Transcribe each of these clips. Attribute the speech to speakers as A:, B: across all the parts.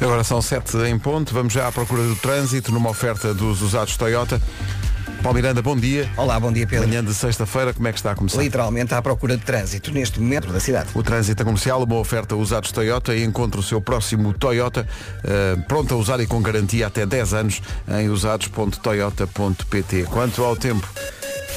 A: Agora são 7 em ponto, vamos já à procura do trânsito numa oferta dos usados Toyota. Paulo Miranda, bom dia.
B: Olá, bom dia Pedro.
A: Manhã de sexta-feira, como é que está a começar?
B: Literalmente à procura de trânsito neste momento da cidade.
A: O trânsito é comercial, uma oferta usados Toyota e encontra o seu próximo Toyota eh, pronto a usar e com garantia até 10 anos em usados.toyota.pt. Quanto ao tempo,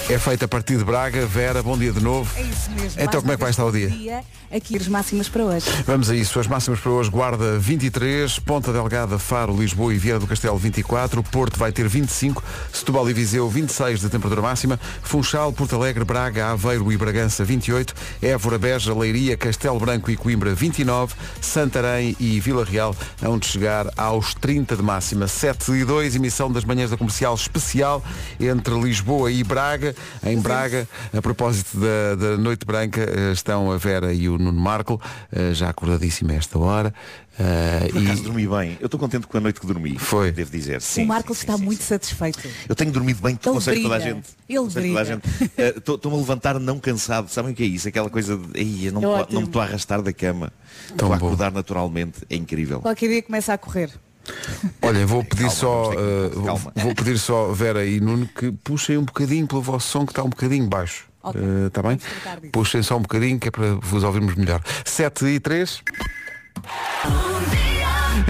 A: é feito a partir de Braga. Vera, bom dia de novo.
C: É isso mesmo. Mais
A: Então, como é
C: uma
A: que vai
C: vez
A: estar o
C: bom
A: dia?
C: Aqui as máximas para hoje.
A: Vamos a isso. As máximas para hoje, Guarda 23, Ponta Delgada, Faro, Lisboa e Vieira do Castelo 24, Porto vai ter 25, Setúbal e Viseu 26 de temperatura máxima, Funchal, Porto Alegre, Braga, Aveiro e Bragança 28, Évora, Beja, Leiria, Castelo Branco e Coimbra 29, Santarém e Vila Real onde chegar aos 30 de máxima. 7 e 2, emissão das manhãs da comercial especial entre Lisboa e Braga. Em Braga, a propósito da, da Noite Branca, eh, estão a Vera e o Nuno Marco, eh, já acordadíssimo a esta hora. eh,
D: Por acaso dormi bem. Eu estou contente com a noite que dormi.
A: Foi.
D: Devo dizer.
C: o Marco está muito satisfeito.
D: Eu tenho dormido bem,
C: Ele
D: conselho toda a
C: brilha.
D: gente.
C: Ele
D: Conselho toda a
C: brilha.
D: gente. Eh, estou- Estou-me a levantar não cansado. Sabem o que é isso? Aquela coisa de. "Ei, eu
C: É
D: não, me tô-
C: ótimo.
D: não me estou a arrastar da cama.
A: Tão
D: estou a
A: bom.
D: acordar naturalmente. É incrível.
C: Qualquer dia começa a correr.
A: Olha, vou pedir
D: Calma,
A: só,
D: vamos ter que-
A: eh, vou-
D: calma.
A: vou pedir só Vera e Nuno que puxem um bocadinho pelo vosso som que está um bocadinho baixo.
C: Ok.
A: Eh, Está bem?
C: Vamos tratar disso.
A: Puxem só um bocadinho que é para vos ouvirmos melhor. 7 e 3.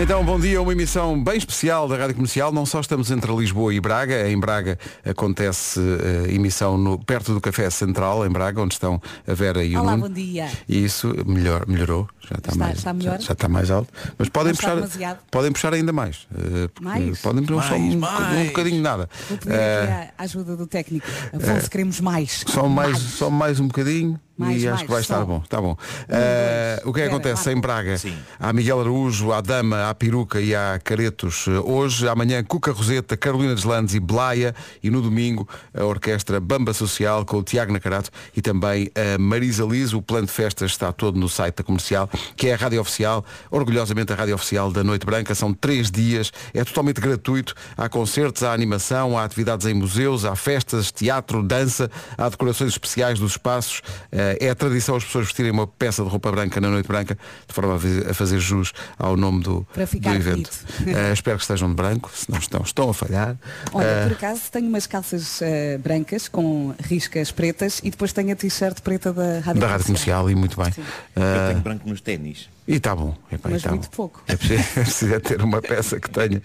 A: Então, bom dia, uma emissão bem especial da Rádio Comercial. Não só estamos entre Lisboa e Braga, em Braga acontece eh, emissão no- perto do Café Central, em Braga, onde estão a Vera e o
C: Olá,
A: Nuno.
C: bom dia.
A: E isso melhor, melhorou, já está,
C: Está-
A: mais,
C: está melhor?
A: Já, já está mais alto. Mas podem
C: Não está
A: puxar,
C: demasiado?
A: podem puxar ainda mais. eh, porque
C: Mais?
A: Podem puxar só um, um bocadinho de nada.
C: Vou pedir
A: Eh,
C: aqui a ajuda do técnico. Afonso, queremos mais.
A: só mais, só mais um bocadinho
C: Mais,
A: e acho
C: mais,
A: que vai
C: só. Um,
A: estar bom. Está bom. Eh, o que é que
C: Vera,
A: acontece
C: Marco.
A: em Braga?
D: Sim.
A: Há Miguel Araújo, há Dama, há Peruca e há Caretos eh, hoje, amanhã Cuca Roseta, Carolina Deslandes e Blaia e no domingo a Orquestra Bamba Social com o Tiago Nacarato e também a Marisa Liz. O plano de festas está todo no site da comercial, que é a rádio oficial, orgulhosamente a rádio oficial da Noite Branca. São três dias, é totalmente gratuito. Há concertos, há animação, há atividades em museus, há festas, teatro, dança, há decorações especiais dos espaços. Eh, É a tradição as pessoas vestirem uma peça de roupa branca na Noite Branca, de forma a vi- a fazer jus ao nome do,
C: Para ficar
A: do evento.
C: bonito.
A: Eh, espero que estejam de branco, se não estão, estão a falhar. eh.
C: Olha, por acaso tenho umas calças eh, brancas com riscas pretas e depois tenho a t-shirt preta da Rádio
A: da Rádio Comercial e muito bem. Eh,
C: Sim.
A: Ah.
D: Eu tenho branco nos ténis.
A: E está bom. Epá, e
C: Mas
A: tá
C: muito
A: bom.
C: pouco.
A: É preciso, é preciso é ter uma peça que tenha.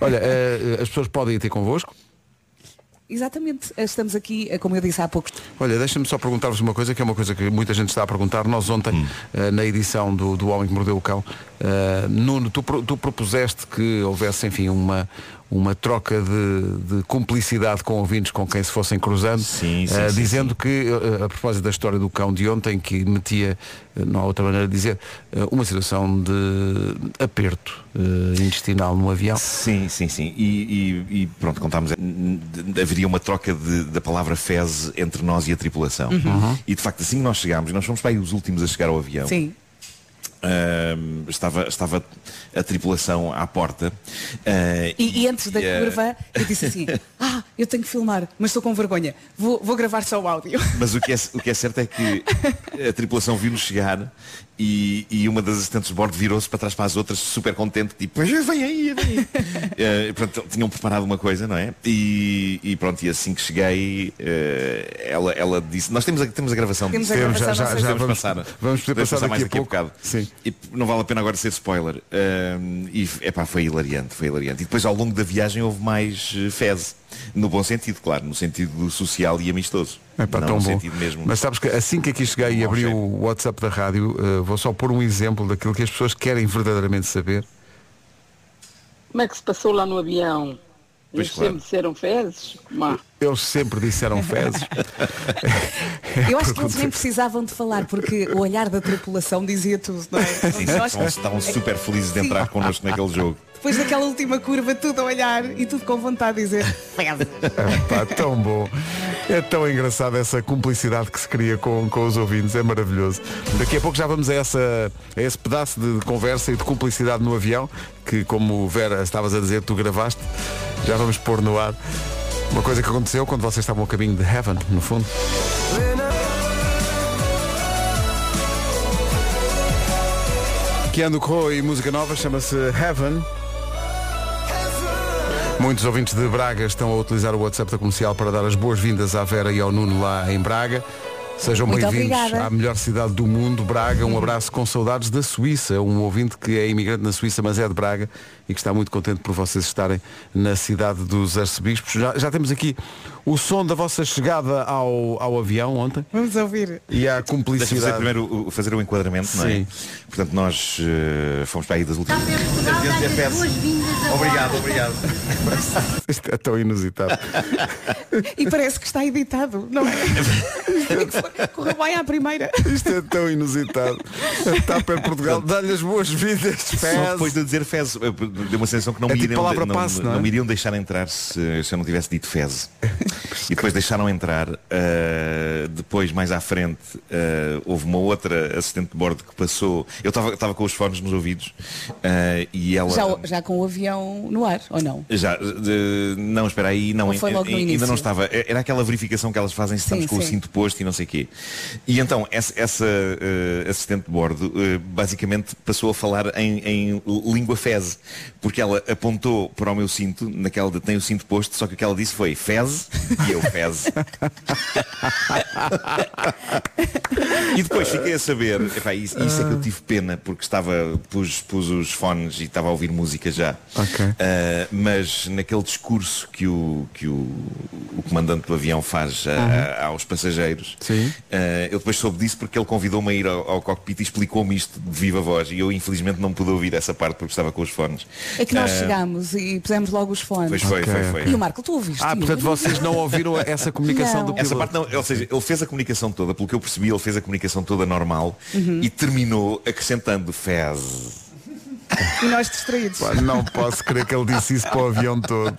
A: Olha, eh, as pessoas podem ir ter convosco.
C: Exatamente. Estamos aqui, eh, como eu disse há pouco,
A: Olha, deixa-me só perguntar-vos uma coisa, que é uma coisa que muita gente está a perguntar. Nós ontem,
D: Hum.
A: eh, na edição do, do Homem que Mordeu o Cão, eh, Nuno, tu, pro- tu propuseste que houvesse, enfim, uma, uma troca de, de cumplicidade com ouvintes com quem se fossem cruzando,
D: Sim, sim,
A: eh,
D: sim,
A: dizendo que, eh, a propósito da história do cão de ontem, que metia, eh, não há outra maneira de dizer, eh, uma situação de aperto eh, intestinal no avião.
D: Sim, sim, sim. E, e- e pronto, contámos. eh, n- n- Haveria uma troca de- da palavra fez entre nós e a tripulação.
C: Uhum.
A: Uhum.
D: E de facto, assim que nós chegámos, nós fomos para aí os últimos a chegar ao avião.
C: sim,
D: Ahm, estava, estava a tripulação à porta. ah,
C: E, e antes da
D: e, ah,
C: curva eu disse assim, ah, eu tenho que filmar, mas estou com vergonha, vou, vou gravar só o áudio.
D: Mas o que, é, o que é certo é que a tripulação viu-nos chegar e, e uma das assistentes de bordo virou-se para trás para as outras, super contente, tipo, "Ah, vem aí, vem aí. Eh, pronto, tinham preparado uma coisa, não é? E, e pronto, e assim que cheguei, eh, ela, ela disse, nós temos a, temos a gravação
C: Temos
D: disso."
C: a gravação.
A: Temos, já, já,
C: Vamos
A: já
D: Podemos
A: vamos,
D: passar.
A: vamos poder
D: Podemos
A: passar,
D: mais
A: daqui a pouco.
D: bocado.
A: Sim.
D: E p- não vale a pena agora ser spoiler. Ahm, e é pá, foi hilariante, foi hilariante. E depois ao longo da viagem houve mais eh, fezes. No bom sentido, claro, no sentido social e amistoso.
A: Epá,
D: não
A: É tão
D: no
A: bom.
D: sentido mesmo.
A: Mas sabes que assim que aqui cheguei e
D: Bom
A: abri
D: jeito.
A: o WhatsApp da rádio, eh, vou só pôr um exemplo daquilo que as pessoas querem verdadeiramente saber.
E: Como é que se passou lá no avião?
D: Pois,
E: Eles
D: claro.
E: sempre disseram fezes? Má.
A: Eles sempre disseram fezes.
C: Eu acho que eles nem precisavam de falar, porque o olhar da tripulação dizia tudo, não é?
D: Sim,
C: Eles
D: estavam,
C: só-
D: estavam super felizes de entrar connosco
A: Ah,
D: naquele jogo.
C: Depois daquela última curva, tudo a olhar e tudo com vontade de dizer, fezes.
A: Epá, É tão bom. É tão engraçado essa cumplicidade que se cria com, com os ouvintes. É maravilhoso. Daqui a pouco já vamos a, essa, a esse pedaço de conversa e de cumplicidade no avião, que como Vera estavas a dizer, tu gravaste. Já vamos pôr no ar. Uma coisa que aconteceu quando vocês estavam a caminho de Heaven, no fundo. Que Keanu Corro e música nova, chama-se Heaven. Muitos ouvintes de Braga estão a utilizar o WhatsApp da comercial para dar as boas-vindas à Vera e ao Nuno lá em Braga. Sejam
C: Muito
A: bem-vindos
C: obrigada.
A: à melhor cidade do mundo, Braga. Um abraço com saudades da Suíça. Um ouvinte que é imigrante na Suíça, mas é de Braga e que está muito contente por vocês estarem na cidade dos arcebispos. Já, já temos aqui o som da vossa chegada ao, ao avião ontem
F: Vamos ouvir.
A: e
D: Deixa-me
A: a
D: fazer
A: cumplicidade.
D: primeiro o- fazer o enquadramento, não é?
A: Sim.
D: Portanto, nós eh, fomos para aí das últimas. Obrigado, obrigado.
A: Isto é tão inusitado.
F: E parece que está editado, não é? Correu bem à primeira.
A: Isto é tão inusitado. A TAP é Portugal. Dá-lhe as boas-vindas,
D: Só
A: Fez.
D: depois de dizer fez, eh, deu uma sensação que não,
A: É
D: me,
A: tipo
D: iriam,
A: palavra
D: não,
A: passe, não é?
D: não me iriam deixar entrar se, se eu não tivesse dito fez. e depois deixaram entrar. eh, depois, mais à frente, eh, houve uma outra assistente de bordo que passou. Eu estava- estava com os fones nos ouvidos eh, e ela.
C: Já, já com o avião no ar, ou não?
D: Já, de- não, espera aí, não,
C: Ou foi
D: ai-
C: logo no
D: ai- ainda
C: início?
D: não estava. É- Era aquela verificação que elas fazem se estamos
C: Sim,
D: com o
C: sim.
D: cinto posto e não sei o quê. E então, essa, essa, eh, assistente de bordo eh, basicamente passou a falar em, em língua fez, porque ela apontou para o meu cinto, naquela de tem o cinto posto, só que o que ela disse foi fez e eu fez. E depois fiquei a saber, epá, isso, isso é que eu tive pena, porque estava, pus, pus os fones e estava a ouvir música já.
A: Ok.
D: Ah, mas naquele discurso que o, que o, o comandante do avião faz a- a- aos passageiros,
A: Sim.
D: ah, eu depois soube disso porque ele convidou-me a ir ao, ao cockpit e explicou-me isto de viva voz. E eu infelizmente não pude ouvir essa parte porque estava com os fones.
C: É que nós chegámos e pusemos logo os fones.
D: Pois foi,
A: Ok,
D: foi,
A: ok.
D: foi.
C: E o Marco, tu ouviste?
A: Ah,
C: Eu
A: portanto
C: não
A: vocês não ouviram essa comunicação
C: Não.
A: do piloto.
D: Essa parte não, ou seja, ele fez a comunicação toda, pelo que eu percebi, ele fez a comunicação toda normal e terminou acrescentando fez.
F: E nós distraídos.
A: Pá, não posso crer que ele disse isso para o avião todo.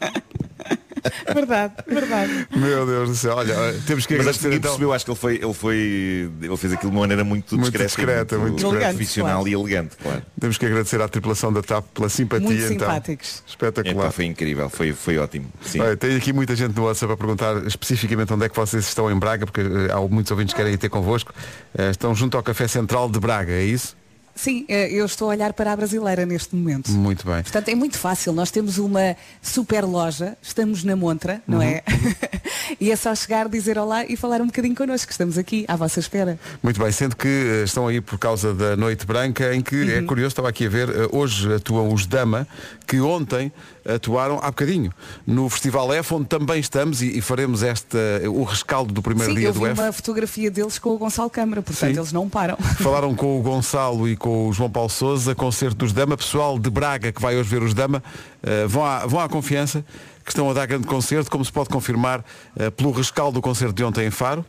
F: Verdade, verdade.
A: Meu Deus do céu. Olha, olha, temos que
D: Mas acho que
A: agradecer
D: ninguém
A: então.
D: percebeu, acho que ele foi, ele foi. Ele fez aquilo de uma maneira muito,
A: Muito
D: discreta, e
A: discreta, muito discreta.
F: Elegante,
D: profissional e elegante, claro.
A: Temos que agradecer à tripulação da TAP pela simpatia.
F: Muito
A: então.
F: simpáticos.
D: É,
A: Espetacular.
D: pá, foi incrível, foi, foi ótimo. Sim.
A: Olha, tem aqui muita gente no WhatsApp a perguntar especificamente onde é que vocês estão em Braga, porque eh, há muitos ouvintes que querem ir ter convosco. Eh, estão junto ao Café Central de Braga, é isso?
C: Sim, eh, eu estou a olhar para a brasileira neste momento.
A: Muito bem.
C: Portanto, é muito fácil. Nós temos uma super loja, estamos na montra,
A: Uhum.
C: não é? e é só chegar, dizer olá e falar um bocadinho connosco. Estamos aqui à vossa espera.
A: Muito bem, sendo que eh, estão aí por causa da Noite Branca, em que
C: Uhum.
A: é curioso, estava aqui a ver, eh, hoje atuam os Dama, que ontem atuaram há bocadinho no Festival F, onde também estamos e, e faremos esta, o rescaldo do primeiro
C: Sim,
A: dia
C: eu vi
A: do F.
C: uma fotografia deles com o Gonçalo Câmara, portanto,
A: Sim.
C: eles não param.
A: Falaram com o Gonçalo e com o João Paulo Souza, concerto dos Dama, pessoal de Braga que vai hoje ver os Dama, eh, vão, à, vão à confiança que estão a dar grande concerto, como se pode confirmar eh, pelo rescaldo do concerto de ontem em Faro.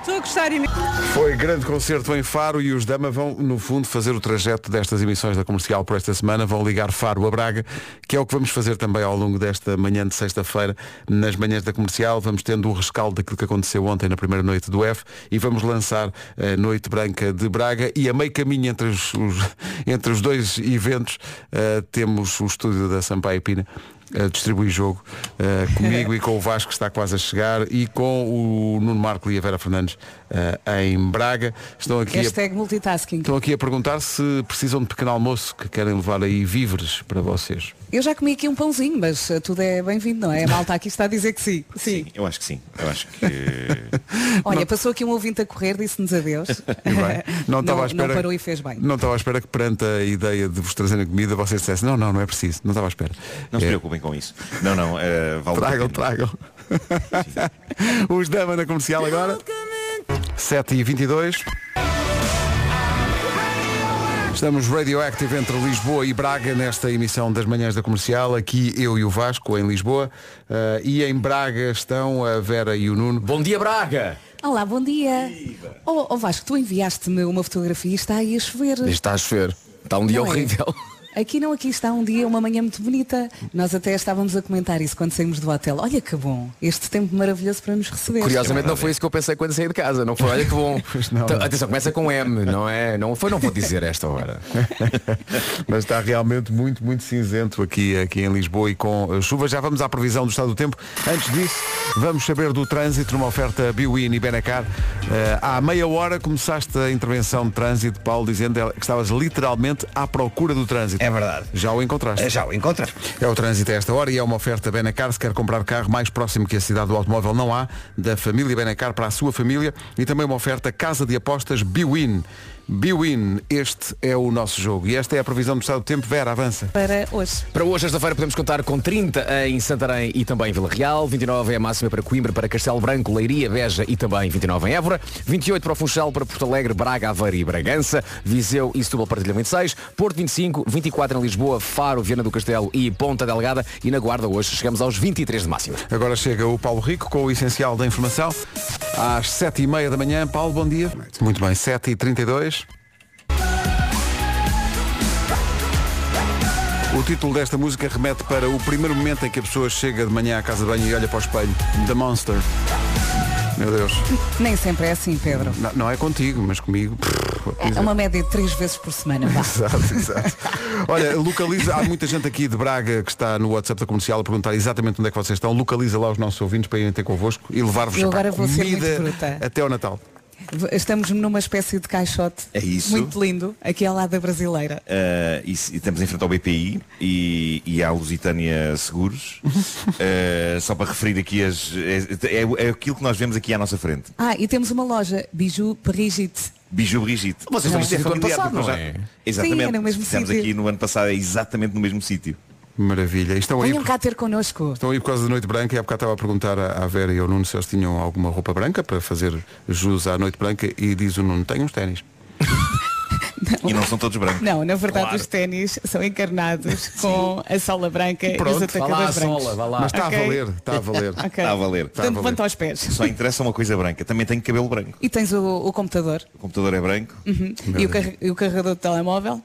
F: Estou a gostar imenso.
A: Foi grande concerto em Faro e os Dama vão, no fundo, fazer o trajeto destas emissões da comercial por esta semana. Vão ligar Faro a Braga, que é o que vamos fazer também ao longo desta manhã de sexta-feira, nas manhãs da comercial. Vamos tendo o rescaldo daquilo que aconteceu ontem na primeira noite do F e vamos lançar a Noite Branca de Braga. E a meio caminho entre os, os- entre os dois eventos, eh, temos o estúdio da Sampaio Pina. a distribuir jogo eh, comigo e com o Vasco que está quase a chegar e com o Nuno Marco e a Vera Fernandes eh, em Braga. Estão aqui, a,
C: Hashtag multitasking.
A: estão aqui a perguntar se precisam de pequeno almoço, que querem levar aí víveres para vocês.
C: Eu já comi aqui um pãozinho, mas eh, tudo é bem-vindo, não é? A malta aqui está a dizer que sim.
D: Sim, eu acho que sim. Eu acho que.
C: Olha, passou aqui um ouvinte a correr, disse-nos adeus.
A: E bem, não estava à espera.
C: não parou e fez bem.
A: Não estava à espera que perante a ideia de vos trazerem comida vocês dissessem, não, não, não é preciso, não estava à espera.
D: Não se
A: É,
D: preocupem com isso. Não, não, eh, vale muito a
A: Tragam,
D: pena.
A: tragam. Os Dama na comercial agora. 7 e 22 Estamos radioactive entre Lisboa e Braga nesta emissão das manhãs da comercial. Aqui eu e o Vasco em Lisboa. Ah, e em Braga estão a Vera e o Nuno.
G: Bom dia, Braga!
C: Olá, bom dia. Oh, oh Vasco, tu enviaste-me uma fotografia e está aí a chover.
G: Está a chover. Está um dia
C: Não é?
G: horrível.
C: Aqui não, aqui está um dia, uma manhã muito bonita. Nós até estávamos a comentar isso quando saímos do hotel. Olha que bom, este tempo maravilhoso para nos receber.
G: Curiosamente não foi isso que eu pensei quando saí de casa, não foi? Olha que bom.
A: não.
G: Então, Atenção, começa com M, não é? Não foi, não vou dizer esta hora.
A: Mas está realmente muito, muito cinzento aqui, aqui em Lisboa e com eh, chuva. Já vamos à previsão do estado do tempo. Antes disso, vamos saber do trânsito numa oferta Biwin e Benacar. Eh, há meia hora começaste a intervenção de trânsito, Paulo, dizendo eh, que estavas literalmente à procura do trânsito.
B: É verdade.
A: Já o encontraste.
B: Eh, Já o encontra.
A: É o trânsito a esta hora e é uma oferta Benacar. Se quer comprar carro mais próximo que a cidade do automóvel não há, da família Benacar para a sua família e também uma oferta Casa de Apostas Biwin. Biwin, este é o nosso jogo e esta é a previsão do estado do tempo. Vera, avança.
C: Para hoje.
G: Para hoje, sexta-feira, podemos contar com 30 em Santarém e também em Vila Real, 29 é a máxima para Coimbra, para Castelo Branco, Leiria, Beja e também 29 em Évora, 28 para o Funchal, para Porto Alegre, Braga, Aveiro e Bragança, Viseu e Setúbal partilham 26, Porto 25, 24 em Lisboa, Faro, Viana do Castelo e Ponta Delgada e na Guarda hoje chegamos aos 23 de máxima.
A: Agora chega o Paulo Rico com o essencial da informação às 7h30 da manhã. Paulo, bom dia. Muito bem, 7h32. O título desta música remete para o primeiro momento em que a pessoa chega de manhã à casa de banho e olha para o espelho. The Monster. Meu Deus.
C: Nem sempre é assim, Pedro.
A: Não, não é contigo, mas comigo. pff,
C: É uma média de três vezes por semana. vá.
A: Exato, exato. Olha, localiza, há muita gente aqui de Braga que está no WhatsApp da comercial a perguntar exatamente onde é que vocês estão. Localiza lá os nossos ouvintes para irem ter convosco e levar-vos
C: Eu
A: epá,
C: agora vou ser muito
A: comida
C: bruta.
A: até ao Natal.
C: Estamos numa espécie de caixote.
D: É isso.
C: Muito lindo, aqui ao lado da brasileira.
D: Uh, e, se- e estamos em frente ao BPI e, e à Lusitânia Seguros. Uh, só para referir aqui as. É, é- é aquilo que nós vemos aqui à nossa frente.
C: Ah, e temos uma loja, Biju Brigitte.
D: Biju Brigitte.
G: Vocês
C: também
D: Isto é
G: fizeram
D: familiar,
G: ano passado,
D: porque nós já-
G: não é?
D: Exatamente.
C: Sim, é no mesmo
D: Estivemos
C: sítio.
D: aqui no ano passado, é exatamente no mesmo sítio.
A: Maravilha. E Estão aí,
C: Venham
A: por,
C: cá ter connosco.
A: estão aí por causa da noite branca e há bocado estava a perguntar à à Vera e ao Nuno se eles tinham alguma roupa branca para fazer jus à noite branca e diz o Nuno, tenho uns ténis.
D: E não são todos brancos.
F: Não, na verdade
D: Claro.
F: os ténis são encarnados com a sola branca e, os
A: Pronto,
G: Vá lá,
F: atacadores brancos.
G: Sola, vá lá.
A: Mas está
F: Ok.
A: a valer, está a valer.
F: Ok.
D: Está a valer.
A: Tá a
F: Portanto,
A: valer.
F: quanto aos pés.
D: Só interessa uma coisa branca. Também tenho cabelo branco.
C: E tens o, o computador
D: O computador é branco.
G: Uhum.
F: E o, carre- e o carregador de telemóvel.
A: É,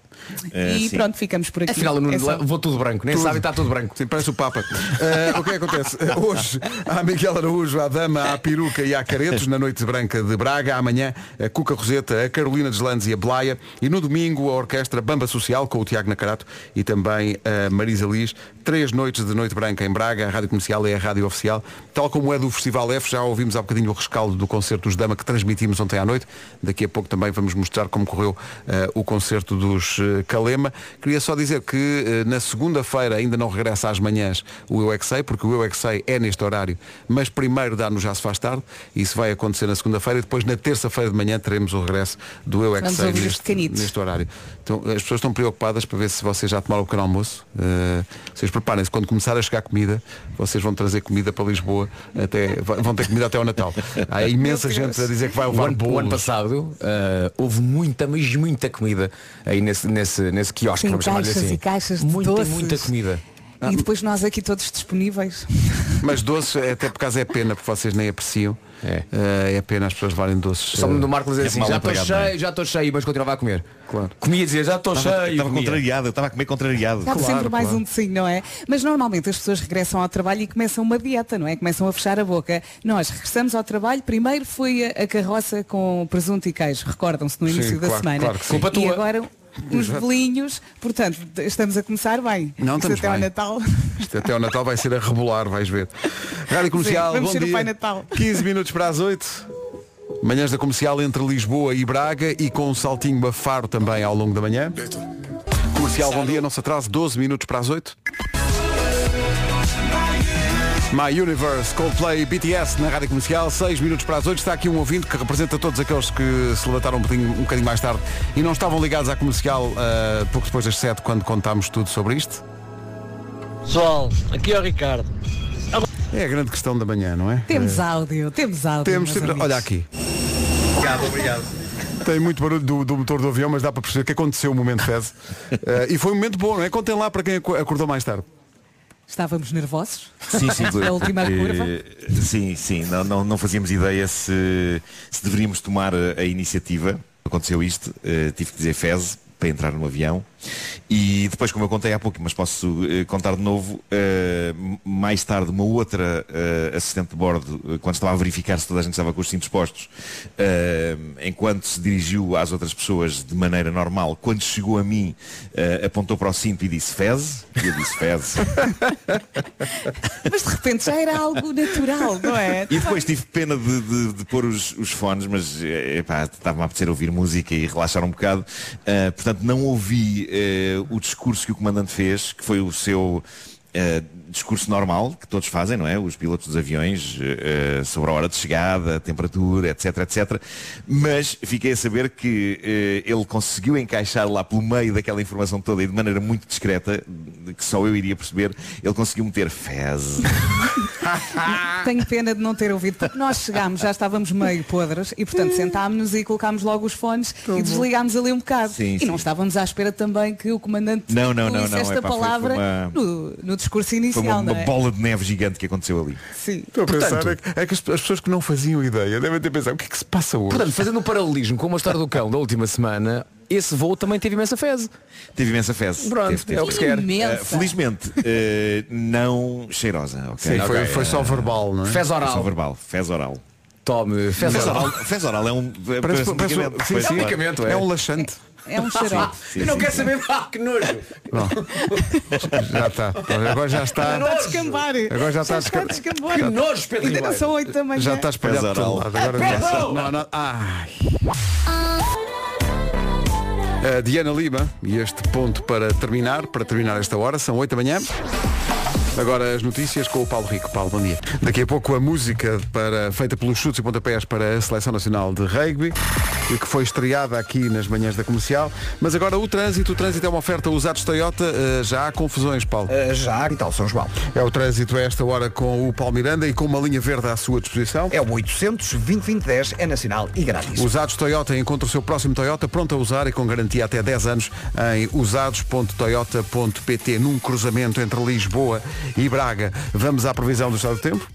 D: Eh,
F: e
D: sim.
F: pronto, ficamos por aqui.
G: Afinal, o Nuno
F: É só-
G: levou tudo branco, nem sabe, está tudo branco.
A: Sim, parece o Papa. Eh, o que é que acontece? Eh, hoje há Miguel Araújo, à Dama, à Peruca e à Caretos, na Noite Branca de Braga. Amanhã a Cuca Roseta, a Carolina Deslandes e a Blaia. E no domingo a Orquestra Bamba Social, com o Tiago Nacarato e também a Marisa Liz. Três noites de Noite Branca em Braga. A Rádio Comercial é a rádio oficial. Tal como é do Festival F, já ouvimos há bocadinho o rescaldo do concerto dos Dama que transmitimos ontem à noite. Daqui a pouco também vamos mostrar como correu eh, o concerto dos eh, Calema. Queria só dizer que eh, na segunda-feira ainda não regressa às manhãs o Eu é Que Sei, porque o Eu é Que Sei é neste horário, mas primeiro dá no Já Se Faz Tarde. Isso vai acontecer na segunda-feira e depois na terça-feira de manhã teremos o regresso do Eu é Que
C: Vamos
A: Sei
C: ouvir os
A: neste,
C: pequenitos.
A: neste horário. Então, as pessoas estão preocupadas para ver se vocês já tomaram o pequeno almoço. Eh, vocês preparem-se, quando começar a chegar comida, vocês vão trazer comida para Lisboa, até, vão ter comida até ao Natal. Há imensa gente a dizer que vai
G: O
A: levar
G: ano, o ano
A: bolos.
G: passado ah, houve muita, mas muita comida aí nesse, nesse, nesse quiosque,
C: Sim,
G: vamos chamar-lhe
C: caixas
G: assim.
C: e caixas de
G: muita,
C: doces.
G: muita comida.
A: Ah.
C: e depois nós aqui todos disponíveis.
A: Mas doces, até por causa é pena, porque vocês nem apreciam.
G: É.
A: Eh, é pena as pessoas levarem doces.
G: Só me
A: eh,
G: do Marco dizer
D: É
G: assim,
D: mal
G: já estou
D: empregado, não
G: cheio, já estou cheio, mas continuava a comer.
A: Claro.
G: Comia e dizia, já estou cheio.
D: Estava
G: comia.
D: contrariado, eu estava a comer contrariado.
C: Cabe sempre mais
A: claro.
C: um de sim, não é? Mas normalmente as pessoas regressam ao trabalho e começam uma dieta, não é? Começam a fechar a boca. Nós regressamos ao trabalho, primeiro foi a, a carroça com presunto e queijo, recordam-se no
A: Sim,
C: início da
A: claro,
C: semana.
A: claro que sim.
G: Culpa
C: e
G: tua.
C: agora uns bolinhos, portanto, de- estamos a começar bem.
A: Não,
C: Isto
A: estamos
C: até ao
A: bem.
C: Natal.
A: Isto até o Natal vai ser a rebolar, vais ver. Rádio Comercial,
F: vamos
A: bom
F: ser o
A: dia.
F: Pai Natal.
A: 15 minutos para as 8. Manhãs da comercial entre Lisboa e Braga e com um saltinho a Faro também ao longo da manhã. Comercial, bom dia, não se atrase, 12 minutos para as 8. My Universe, Coldplay, BTS na Rádio Comercial, 6 minutos para as 8. Está aqui um ouvinte que representa todos aqueles que se levantaram um bocadinho, um bocadinho mais tarde e não estavam ligados à comercial ah, pouco depois das 7 quando contámos tudo sobre isto.
H: Pessoal, aqui é o Ricardo.
A: É a grande questão da manhã, não é?
C: Temos áudio, temos áudio.
A: Temos
C: meus
A: sempre...
C: amigos.
A: Olha aqui.
D: Obrigado, obrigado.
A: Tem muito barulho do, do motor do avião, mas dá para perceber que aconteceu o momento fez. Eh, e foi um momento bom, não é? Contem lá para quem aco- acordou mais tarde.
C: Estávamos nervosos.
D: Sim, sim.
C: Na última
D: porque-
C: curva.
D: Sim, sim. Não, não, não fazíamos ideia se, se deveríamos tomar a a iniciativa. Aconteceu isto. eh, tive que dizer fez para entrar no avião. E depois, como eu contei há pouco, mas posso eh, contar de novo, eh, m- mais tarde uma outra eh, assistente de bordo, eh, quando estava a verificar se toda a gente estava com os cintos postos, eh, enquanto se dirigiu às outras pessoas de maneira normal, quando chegou a mim, eh, apontou para o cinto e disse fez, e eu disse fez.
C: Mas de repente já era algo natural, não é?
D: E depois tive pena de, de- de pôr os, os fones, mas eh, epá, estava-me a apetecer ouvir música e relaxar um bocado. Ah, portanto, não ouvi eh, o discurso que o comandante fez, que foi o seu eh, discurso normal, que todos fazem, não é? Os pilotos dos aviões, eh, eh, sobre a hora de chegada, a temperatura, etc, etc. Mas fiquei a saber que eh, ele conseguiu encaixar lá pelo meio daquela informação toda e de maneira muito discreta, de que só eu iria perceber, ele conseguiu meter fez.
C: Tenho pena de não ter ouvido, porque nós chegámos, já estávávamos meio podres e portanto sentámos-nos e colocámos logo os fones e desligámos ali um bocado.
D: Sim,
C: e
D: sim.
C: não estávamos à espera também que o comandante
D: Não, não, não,
C: incluísse
D: não,
C: esta
D: epá, foi- foi
C: palavra
D: uma-
C: no, no discurso
D: Foi
C: inicial,
D: uma, uma
C: não é?
D: bola de neve gigante que aconteceu ali.
C: Sim.
A: Estou a pensar,
G: Portanto-
A: é que, é que as, as pessoas que não faziam ideia devem ter pensado, o que é que se passa hoje?
G: Portanto, fazendo o paralelismo com a história do cão da última semana, esse voo também teve imensa fezes.
D: Teve imensa fezes.
G: Pronto,
D: Teve, teve.
G: é o que se quer.
D: Ah, felizmente, eh, não cheirosa, ok?
A: Sim, foi,
D: Ok,
A: foi
D: eh,
A: só verbal, não é?
G: Fez
D: foi só
G: oral.
D: verbal, fez oral.
G: Tome, fez
D: Fez
G: oral.
D: oral, fez oral é um. Parece,
A: Parece,
D: um
A: parece-
D: medicamento.
A: sim,
D: Pois,
A: sim.
D: claro.
A: é um laxante.
C: É um xarope.
D: Sim,
G: Eu não
D: sim,
G: quero
D: sim.
G: saber, ah, que nojo.
A: Já está. Agora já está.
F: Está a descambar.
A: Agora já está a
F: Está a
A: descar-
F: descambar.
G: Que nojo, Pedro
F: Ainda não
G: Ribeiro.
F: são oito da manhã.
A: Já está espalhado por todo
D: Pesaral.
A: lado. Agora não, há- não há nada. Ai. A Diana Lima e este ponto para terminar, para terminar esta hora, são 8 da manhã. Agora as notícias com o Paulo Rico. Paulo, bom dia. Daqui a pouco a música para, feita pelos chutes e pontapés para a Seleção Nacional de Rugby e que foi estreada aqui nas manhãs da comercial. Mas agora o trânsito, o trânsito é uma oferta usados Toyota, eh, já há confusões, Paulo.
B: Ah, Já há e tal, São João.
A: É o trânsito a esta hora com o Paulo Miranda e com uma linha verde à sua disposição.
B: É o 800 2010 é nacional e grátis.
A: Usados Toyota encontra o seu próximo Toyota pronto a usar e com garantia até 10 anos em usados.toyota.pt num cruzamento entre Lisboa e Braga. Vamos à previsão do estado do tempo?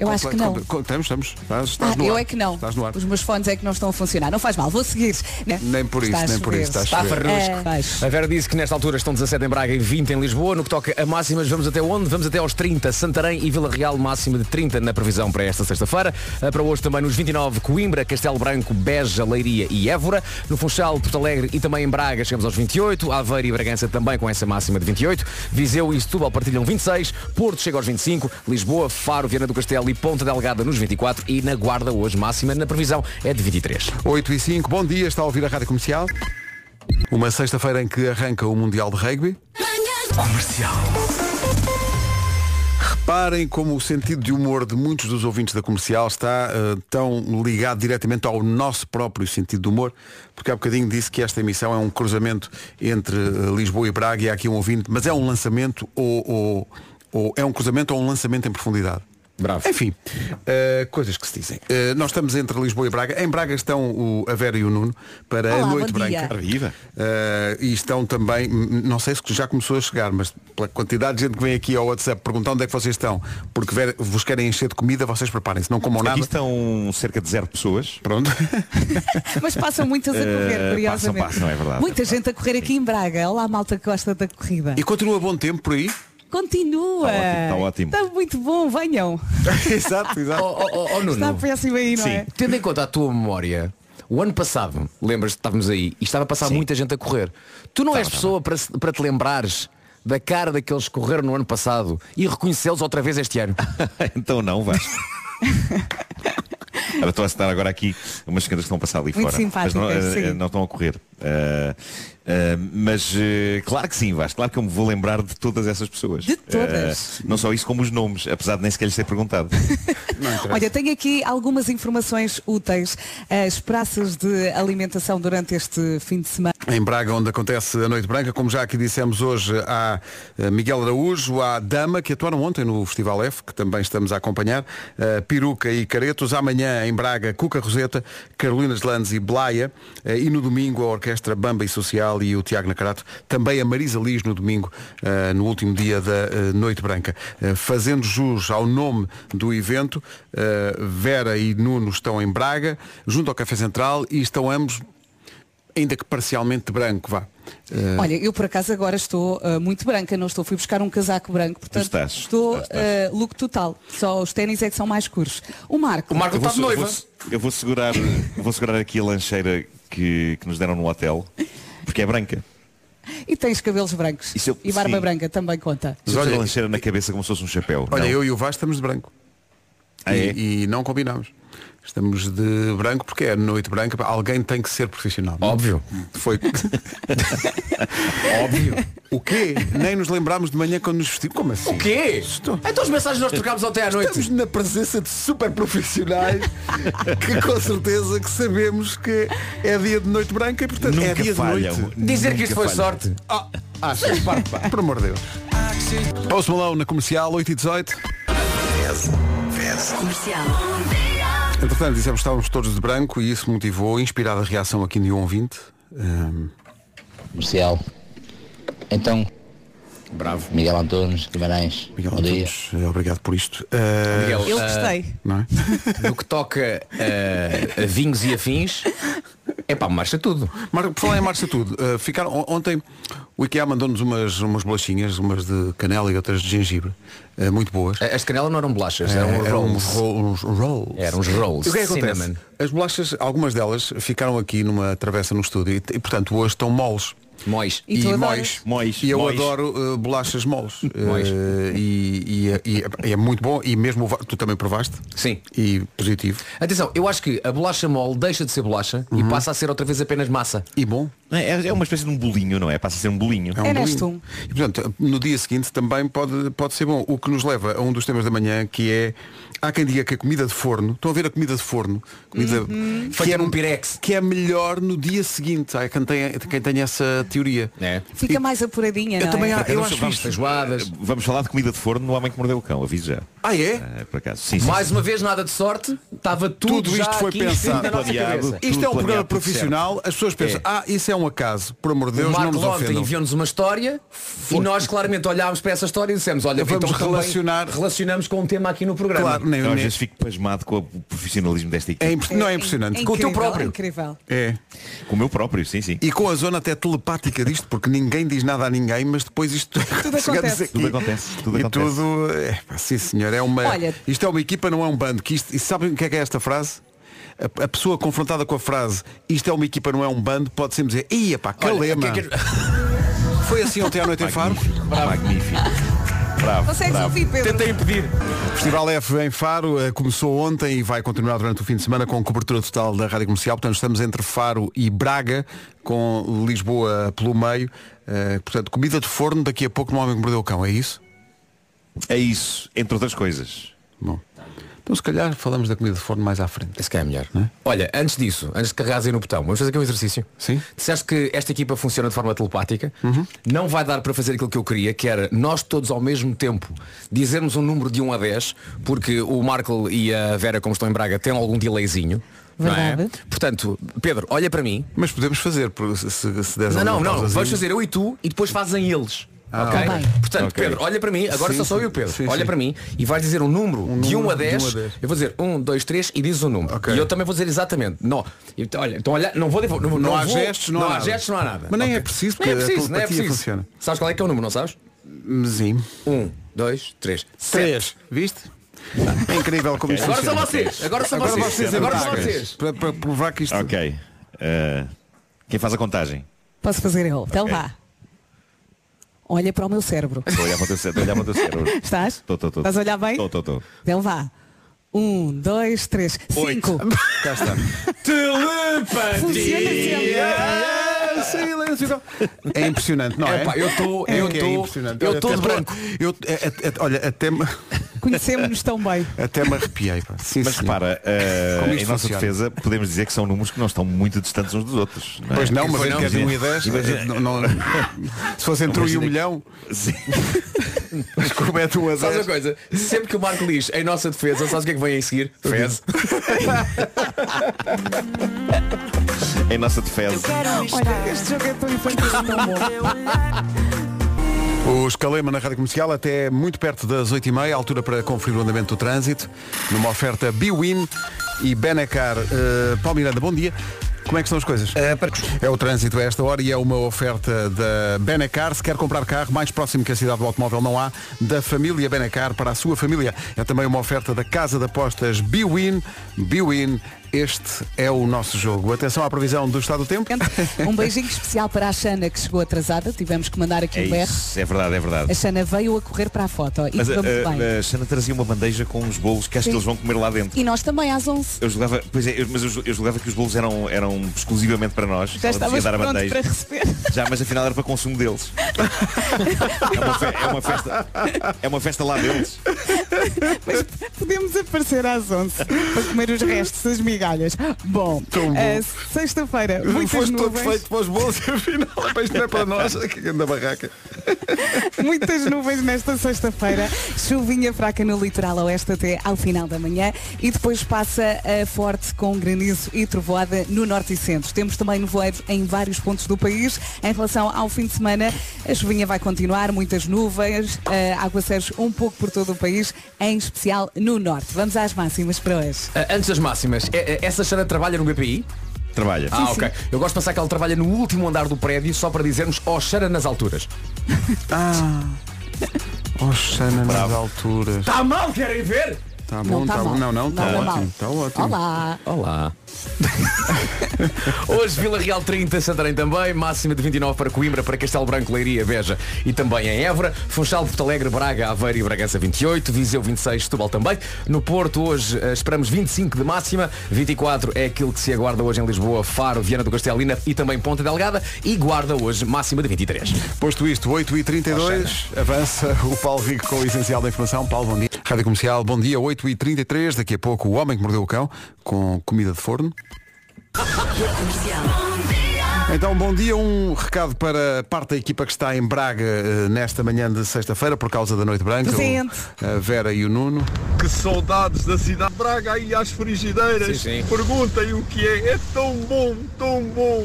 C: Eu acho que não.
A: Com- Estamos, estamos. Estás, estás
C: Ah,
A: no
C: eu
A: ar.
C: é que não.
A: Estás no ar.
C: Os meus fones é que não estão a funcionar. Não faz mal, vou seguir. né?
A: Nem por isso,
C: Está a
A: nem por
C: chover.
A: isso. Estás
G: Está
A: a chover.
G: farrusco.
C: É, baixo.
G: A Vera disse que nesta altura estão 17 em Braga e 20 em Lisboa. No que toca a máximas, vamos até onde? Vamos até aos 30. Santarém e Vila Real, máxima de 30 na previsão para esta sexta-feira. Ah, Para hoje também nos 29, Coimbra, Castelo Branco, Beja, Leiria e Évora. No Funchal, Porto Alegre e também em Braga chegamos aos 28. Aveiro e Bragança também com essa máxima de 28. Viseu e Setúbal partilham 26. Porto chega aos 25. Lisboa, Faro, Viana do Castelo e Ponta Delgada nos 24. E na Guarda hoje, máxima na previsão é de 23.
A: 8 e 5, bom dia, está a ouvir a Rádio Comercial. Uma sexta-feira em que arranca o Mundial de Rugby. Comercial. Reparem como o sentido de humor de muitos dos ouvintes da comercial está eh, tão ligado diretamente ao nosso próprio sentido de humor, porque há bocadinho disse que esta emissão é um cruzamento entre eh, Lisboa e Braga e há aqui um ouvinte, mas é um lançamento ou, ou- ou é um cruzamento ou um lançamento em profundidade?
G: Bravo.
A: Enfim, eh, coisas que se dizem. Eh, nós estamos entre Lisboa e Braga. Em Braga estão o, a Vera e o Nuno para
C: Olá,
A: a Noite
C: bom dia.
A: Branca.
D: Arriba.
A: Eh, e estão também, n- não sei se já começou a chegar, mas pela quantidade de gente que vem aqui ao WhatsApp perguntar onde é que vocês estão, porque ver- vos querem encher de comida, vocês preparem-se, não comam
D: Aqui
A: nada.
D: estão cerca de zero pessoas.
A: Pronto.
C: Mas passam muitas a correr,
D: Eh,
C: curiosamente.
D: passam, passam, é verdade,
C: Muita
D: é verdade.
C: gente a correr aqui em Braga. Olá, malta que gosta da corrida.
A: E continua bom tempo por aí?
C: Continua.
D: Está Tá ótimo, está ótimo.
C: Está muito bom, venham.
A: exato, exato.
G: Oh, oh, oh, oh, Nuno.
C: Está péssimo aí, não é?
G: Tendo em conta a tua memória, o ano passado, lembras-te, estávamos aí e estava a passar muita gente a correr. Tu não és pessoa para, se- para te lembrares da cara daqueles que correram no ano passado e reconhecê-los outra vez este ano.
D: então não, Vasco. Agora estou a citar agora aqui umas senhoras que estão a passar ali
C: Muito
D: fora.
C: simpáticas,
D: mas não, eh,
C: sim.
D: eh, não estão a correr. Eh, eh, mas eh, claro que sim, Vasco. Claro que eu me vou lembrar de todas essas pessoas.
C: De todas.
D: Eh, não só isso como os nomes, apesar de nem sequer lhes ter perguntado.
C: Olha, tenho aqui algumas informações úteis. As praças de alimentação durante este fim de semana.
A: Em Braga, onde acontece a Noite Branca, como já aqui dissemos hoje, há eh, Miguel Araújo, há Dama, que atuaram ontem no Festival F, que também estamos a acompanhar, eh, Peruca e Caretos, amanhã em Braga, Cuca Roseta, Carolinas Landes e Blaia, eh, e no domingo a Orquestra Bamba e Social e o Tiago Nacarato, também a Marisa Liz no domingo, eh, no último dia da eh, Noite Branca. Eh, Fazendo jus ao nome do evento, eh, Vera e Nuno estão em Braga, junto ao Café Central, e estão ambos ainda que parcialmente de branco, vá. Eh,
C: Olha, eu por acaso agora estou ah, muito branca, não estou. Fui buscar um casaco branco, portanto
D: estás,
C: estou
D: estás, estás.
C: ah, look total. Só os ténis é que são mais escuros. O Marco.
G: O Marco
D: Eu vou,
G: está de
D: eu
G: noiva.
D: vou- eu vou segurar, eu vou segurar aqui a lancheira que, que nos deram no hotel, porque é branca.
C: E tens cabelos brancos.
D: Isso eu-
C: e barba
D: sim.
C: branca também conta.
D: Mas
A: olha-
D: olha, a lancheira na cabeça como se fosse um chapéu.
A: Olha,
D: Não.
A: eu e o Vasco estamos de branco.
D: Ah, é?
A: e, e não combinámos. Estamos de branco porque é noite branca. pá, Alguém tem que ser profissional. não é?
G: Óbvio.
A: Foi. Óbvio. O quê? Nem nos lembrámos de manhã quando nos vestimos. Como assim?
G: O quê?
A: Estou-
G: Então as mensagens que nós trocámos ontem à noite.
A: Estamos na presença de super profissionais que com certeza que sabemos que é dia de noite branca e portanto é
D: Nunca
A: dia
D: falham.
A: de noite.
G: Dizer que
D: Nunca
G: isto foi
D: falham.
G: sorte.
A: Ah, achas, pá, pá, por amor de Deus. Post Malone na comercial 8 e 18. Entretanto, dissemos que estávamos todos de branco e isso motivou a inspirada reação aqui de um ouvinte. Hum,
I: comercial. Então,
G: Bravo.
I: Miguel Antunes, Guimarães,
A: Miguel
I: bom dia.
A: Antunes, eh, obrigado por isto. Eh,
G: Miguel,
F: Eu
G: ah,
F: gostei.
A: não é?
G: no que toca ah, a vinhos e afins, é pá, marcha tudo.
A: Marco, por falar em marcha tudo, eh, ficaram, on- ontem o IKEA mandou-nos umas, umas bolachinhas, umas de canela e outras de gengibre, eh, muito boas.
G: A- As de canela não eram bolachas, É, eram
A: Eh,
G: É, um rolls.
A: ro- uns rolls.
G: Eram uns rolls.
A: E O que é que acontece?
G: Cinnamon.
A: As bolachas, algumas delas, ficaram aqui numa travessa no estúdio e, t- e, portanto hoje estão moles.
G: Mois.
C: E tu adoras?
A: moles.
D: Mois,
A: E eu
D: mois.
A: adoro eh, bolachas moles.
G: Mois.
A: Eh, e, e- e é- é muito bom. E mesmo o va- tu também provaste?
G: Sim.
A: E positivo.
G: Atenção, eu acho que a bolacha mole deixa de ser bolacha e passa a ser outra vez apenas massa.
A: E bom.
D: Não, É, é uma espécie de um bolinho, não é? Passa a ser um bolinho.
A: É um
C: Eras
A: bolinho.
C: tu.
A: E, portanto, no dia seguinte também pode, pode ser bom. O que nos leva a um dos temas da manhã, que é. Há quem diga que a comida de forno, estão a ver a comida de forno, comida que,
C: Uhum.
G: Feita
A: é,
G: num pirex.
A: que é melhor no dia seguinte. Há quem tenha, quem tenha essa teoria.
G: É.
C: Fica mais apuradinha,
A: Eu
C: não
A: também
C: é?
A: acho. Eu
D: Vamos-
A: acho
D: um vamos-
A: isto.
G: Feijoadas.
D: Vamos falar de comida de forno no Homem que Mordeu o Cão, aviso já.
A: Ah, é?
D: Ah, por acaso. Sim, sim,
G: Mais
D: sim.
G: uma vez, nada de sorte. Estava tudo,
A: Tudo isto
G: já
A: foi
G: aqui
A: pensado.
G: na nossa
D: Planeado.
G: cabeça.
A: Isto
D: Tudo
A: é um programa
D: planeado, tudo
A: profissional, as pessoas pensam,
G: É.
A: ah, isso é um acaso, por amor de
G: o
A: Deus, não
G: Marco
A: nos
G: ontem
A: ofendam.
G: enviou-nos uma história e nós claramente olhámos para essa história e dissemos, olha,
A: Vamos
G: então também
A: relacionar-
G: relacionamos com um tema aqui no programa.
A: Claro, nem,
D: Eu às
A: nem-
D: vezes fico pasmado com o profissionalismo desta
A: é
D: equipe.
A: imp- não é impressionante.
G: Com o teu
C: incrível,
G: próprio.
C: Incrível.
A: É.
D: Com o meu próprio, sim, sim.
A: E com a zona até telepática disto, porque ninguém diz nada a ninguém, mas depois isto chegamos
C: acontece.
A: aqui.
D: Tudo acontece, tudo
A: e
D: acontece.
A: tudo. É, pá, sim senhor, é uma.
C: Olha-
A: Isto é uma equipa, não é um bando. Que isto, e sabem o que é que é esta frase? A, a pessoa confrontada com a frase isto é uma equipa, não é um bando, pode sempre dizer, ia pá,
G: Olha,
A: calema.
G: o que é que-
A: Foi assim ontem à noite em Faro.
D: Magnífico. Magnífico. Bravo.
C: Consegues
D: bravo.
C: ouvir, Pedro?
G: Tentei impedir.
A: Festival F em Faro eh, começou ontem e vai continuar durante o fim de semana com cobertura total da Rádio Comercial. Portanto, estamos entre Faro e Braga, com Lisboa pelo meio. Eh, portanto, comida de forno daqui a pouco no Homem que Mordeu o Cão, é isso?
D: É isso, entre outras coisas.
A: Bom. Então, se calhar, falamos da comida de forno mais à frente.
G: Esse que é melhor. Olha, antes disso, antes de carregares aí no botão, vamos fazer aqui um exercício.
A: Sim.
G: Disseste que esta equipa funciona de forma telepática. Não vai dar para fazer aquilo que eu queria, que era nós todos ao mesmo tempo dizermos um número de 1 a 10, porque o Marco e a Vera, como estão em Braga, têm algum delayzinho. não é?
C: Verdade.
G: Portanto, Pedro, olha para mim.
A: Mas podemos fazer, por- se, se, se deres
G: Não, não,
A: alguma
G: não.
A: pausazinha. Ah,
G: Vais fazer eu e tu e depois fazem eles. ok?
C: Tá bem.
G: Portanto,
D: Ok.
G: Pedro, olha para mim, agora
A: Sim,
G: só sou
A: sim.
G: eu, Pedro.
A: Sim,
G: olha
A: sim.
G: para mim e vais dizer um número, de 1 a
A: número de
G: 10.
A: um a dez.
G: Eu vou dizer 1, 2, 3 e dizes o número.
A: Ok.
G: E eu também vou dizer exatamente. Não. Então, olha, então, olha não vou devolver. Não,
A: Não há
G: vou-
A: gestos, não há nada.
G: gestos, não há nada.
A: Mas nem
G: Ok.
A: é preciso,
G: Nem é
A: porque a
G: preciso, nem é
A: telepatia
G: preciso.
A: funciona.
G: Sabes qual é que é o número, não sabes?
A: Sim.
G: 1, 2, 3.
A: Três. Viste? É incrível como isto
G: Agora são
A: funciona.
G: vocês. Agora são
A: Agora
G: vocês.
A: vocês, em
G: agora são
A: Braga.
G: vocês.
A: Para, para provar que isto.
D: Ok. Ah, quem faz a contagem?
C: Posso fazer eu? Então vá. Olha para o meu cérebro.
D: Estou a olhar para o teu cérebro. Estou a olhar para o teu cérebro.
C: Estás?
D: Estou, estou, estou.
C: Estás a olhar bem?
D: Estou, estou, estou.
C: Então vá. Um, dois, três,
D: Oito.
C: cinco.
A: Cá está.
C: Funciona sempre.
A: Ah, silêncio. então. É impressionante, não é?
G: Epá, eu estou- eu
A: que
G: estou-
A: impressionante.
G: eu
A: Olha,
G: estou
A: até
G: de branco.
A: eu- é- é- é- olha, até me,
C: Conhecemos-nos tão bem.
A: até me arrepiei. Pá. Sim,
D: Mas
A: senhor.
D: repara, ah,
A: Como
D: em
A: isto
D: nossa
A: funciona?
D: defesa, podemos dizer que são números que não estão muito distantes uns dos outros. é?
A: Pois não, mas
D: Foi
A: entre
G: um
A: de 1 e 10,
G: eh,
A: não- não- se fosse entre 1 e
D: Imagina
A: 1
D: que-
A: milhão,
D: Sim.
A: mas como é de 1 a
G: Sabes uma
A: 10.
G: coisa? Sempre que o Marco diz em nossa defesa, sabes o que é que vem aí seguir? Fez.
D: Em nossa defesa.
C: Olha, este jogo é tão infantil e tão bom.
A: O Escalema na Rádio Comercial até muito perto das 8h30, altura para conferir o andamento do trânsito, numa oferta Biwin e Benacar. Uh, Paulo Eh, Miranda, bom dia. Como é que estão as coisas?
B: Ah, para...
A: É o trânsito a esta hora e é uma oferta da Benacar. Se quer comprar carro, mais próximo que a cidade do automóvel não há, da família Benacar para a sua família. É também uma oferta da Casa de Apostas Biwin. Biwin, este é o nosso jogo. Atenção à previsão do estado do tempo.
C: Um beijinho especial para a Xana que chegou atrasada. Tivemos que mandar aqui
D: É
C: um berro.
D: isso, é verdade, é
C: A
D: verdade.
C: Xana veio a correr para a foto e
D: Mas eh, a,
C: ficou Assim muito bem.
D: a, a Xana trazia uma bandeja com uns bolos que acho que
C: Sim.
D: eles vão comer lá dentro.
C: E nós também às 11.
D: Eu julgava, pois é, eu- mas eu, ju- eu julgava que os bolos eram, eram exclusivamente para nós.
F: Já
D: Ela nos ia
F: estavas
D: dar a
F: pronto
D: bandeja.
F: para receber.
D: Já, mas afinal era para consumo deles. é, uma fe- é uma festa, é uma festa lá deles.
F: Podemos aparecer às 11 para comer os restos, as migalhas. Bom,
A: bom.
F: eh, sexta-feira, muitas
A: Foste todo
F: nuvens,
A: feito para os bolos e afinal isto não é para nós, que grande barraca.
F: muitas nuvens nesta sexta-feira.
C: Chuvinha fraca no litoral oeste até ao final da manhã e depois passa
F: eh,
C: a forte com granizo e trovoada no norte e centro. Temos também nevoeiros em vários pontos do país. Em relação ao fim de semana, a chuvinha vai continuar, muitas nuvens, eh, aguaceiros um pouco por todo o país, em especial no norte. Vamos às máximas para hoje.
G: Ah, Antes das máximas, é- é- essa Xana trabalha no BPI?
D: Trabalha.
G: ah, ok. Eu gosto de pensar que ela trabalha no último andar do prédio só para dizermos ó Xana nas alturas.
A: Oxana nas alturas.
G: Tá mal, querem ver?
C: Não
A: Está bom,
C: tá
A: está bom.
C: mal.
A: Não, não, está
C: Nada mal.
A: ótimo. Está ótimo.
C: Olá!
G: Olá. Hoje Vila Real 30, Santarém também, máxima de 29 para Coimbra, para Castelo Branco, Leiria, Beja e também em Évora, Funchal, Porto Alegre, Braga, Aveiro e Bragança 28, Viseu 26, Setúbal também. No Porto hoje eh, esperamos 25 de máxima, 24 é aquilo que se aguarda hoje em Lisboa, Faro, Viana do Castelo e na- e também Ponta Delgada e Guarda hoje máxima de 23.
A: Posto isto, 8h32, avança o Paulo Rico com o essencial da informação. Paulo, bom dia. Rádio Comercial, bom dia, 8h33. Daqui a pouco, o homem que mordeu o cão com comida de forno. Então, bom dia. Um recado para parte da equipa que está em Braga eh, nesta manhã de sexta-feira por causa da Noite Branca.
C: Presente.
A: O- a Vera e o Nuno.
J: Que saudades da cidade de Braga aí às frigideiras.
G: Sim, sim.
J: Perguntem o que é. É tão bom, tão bom.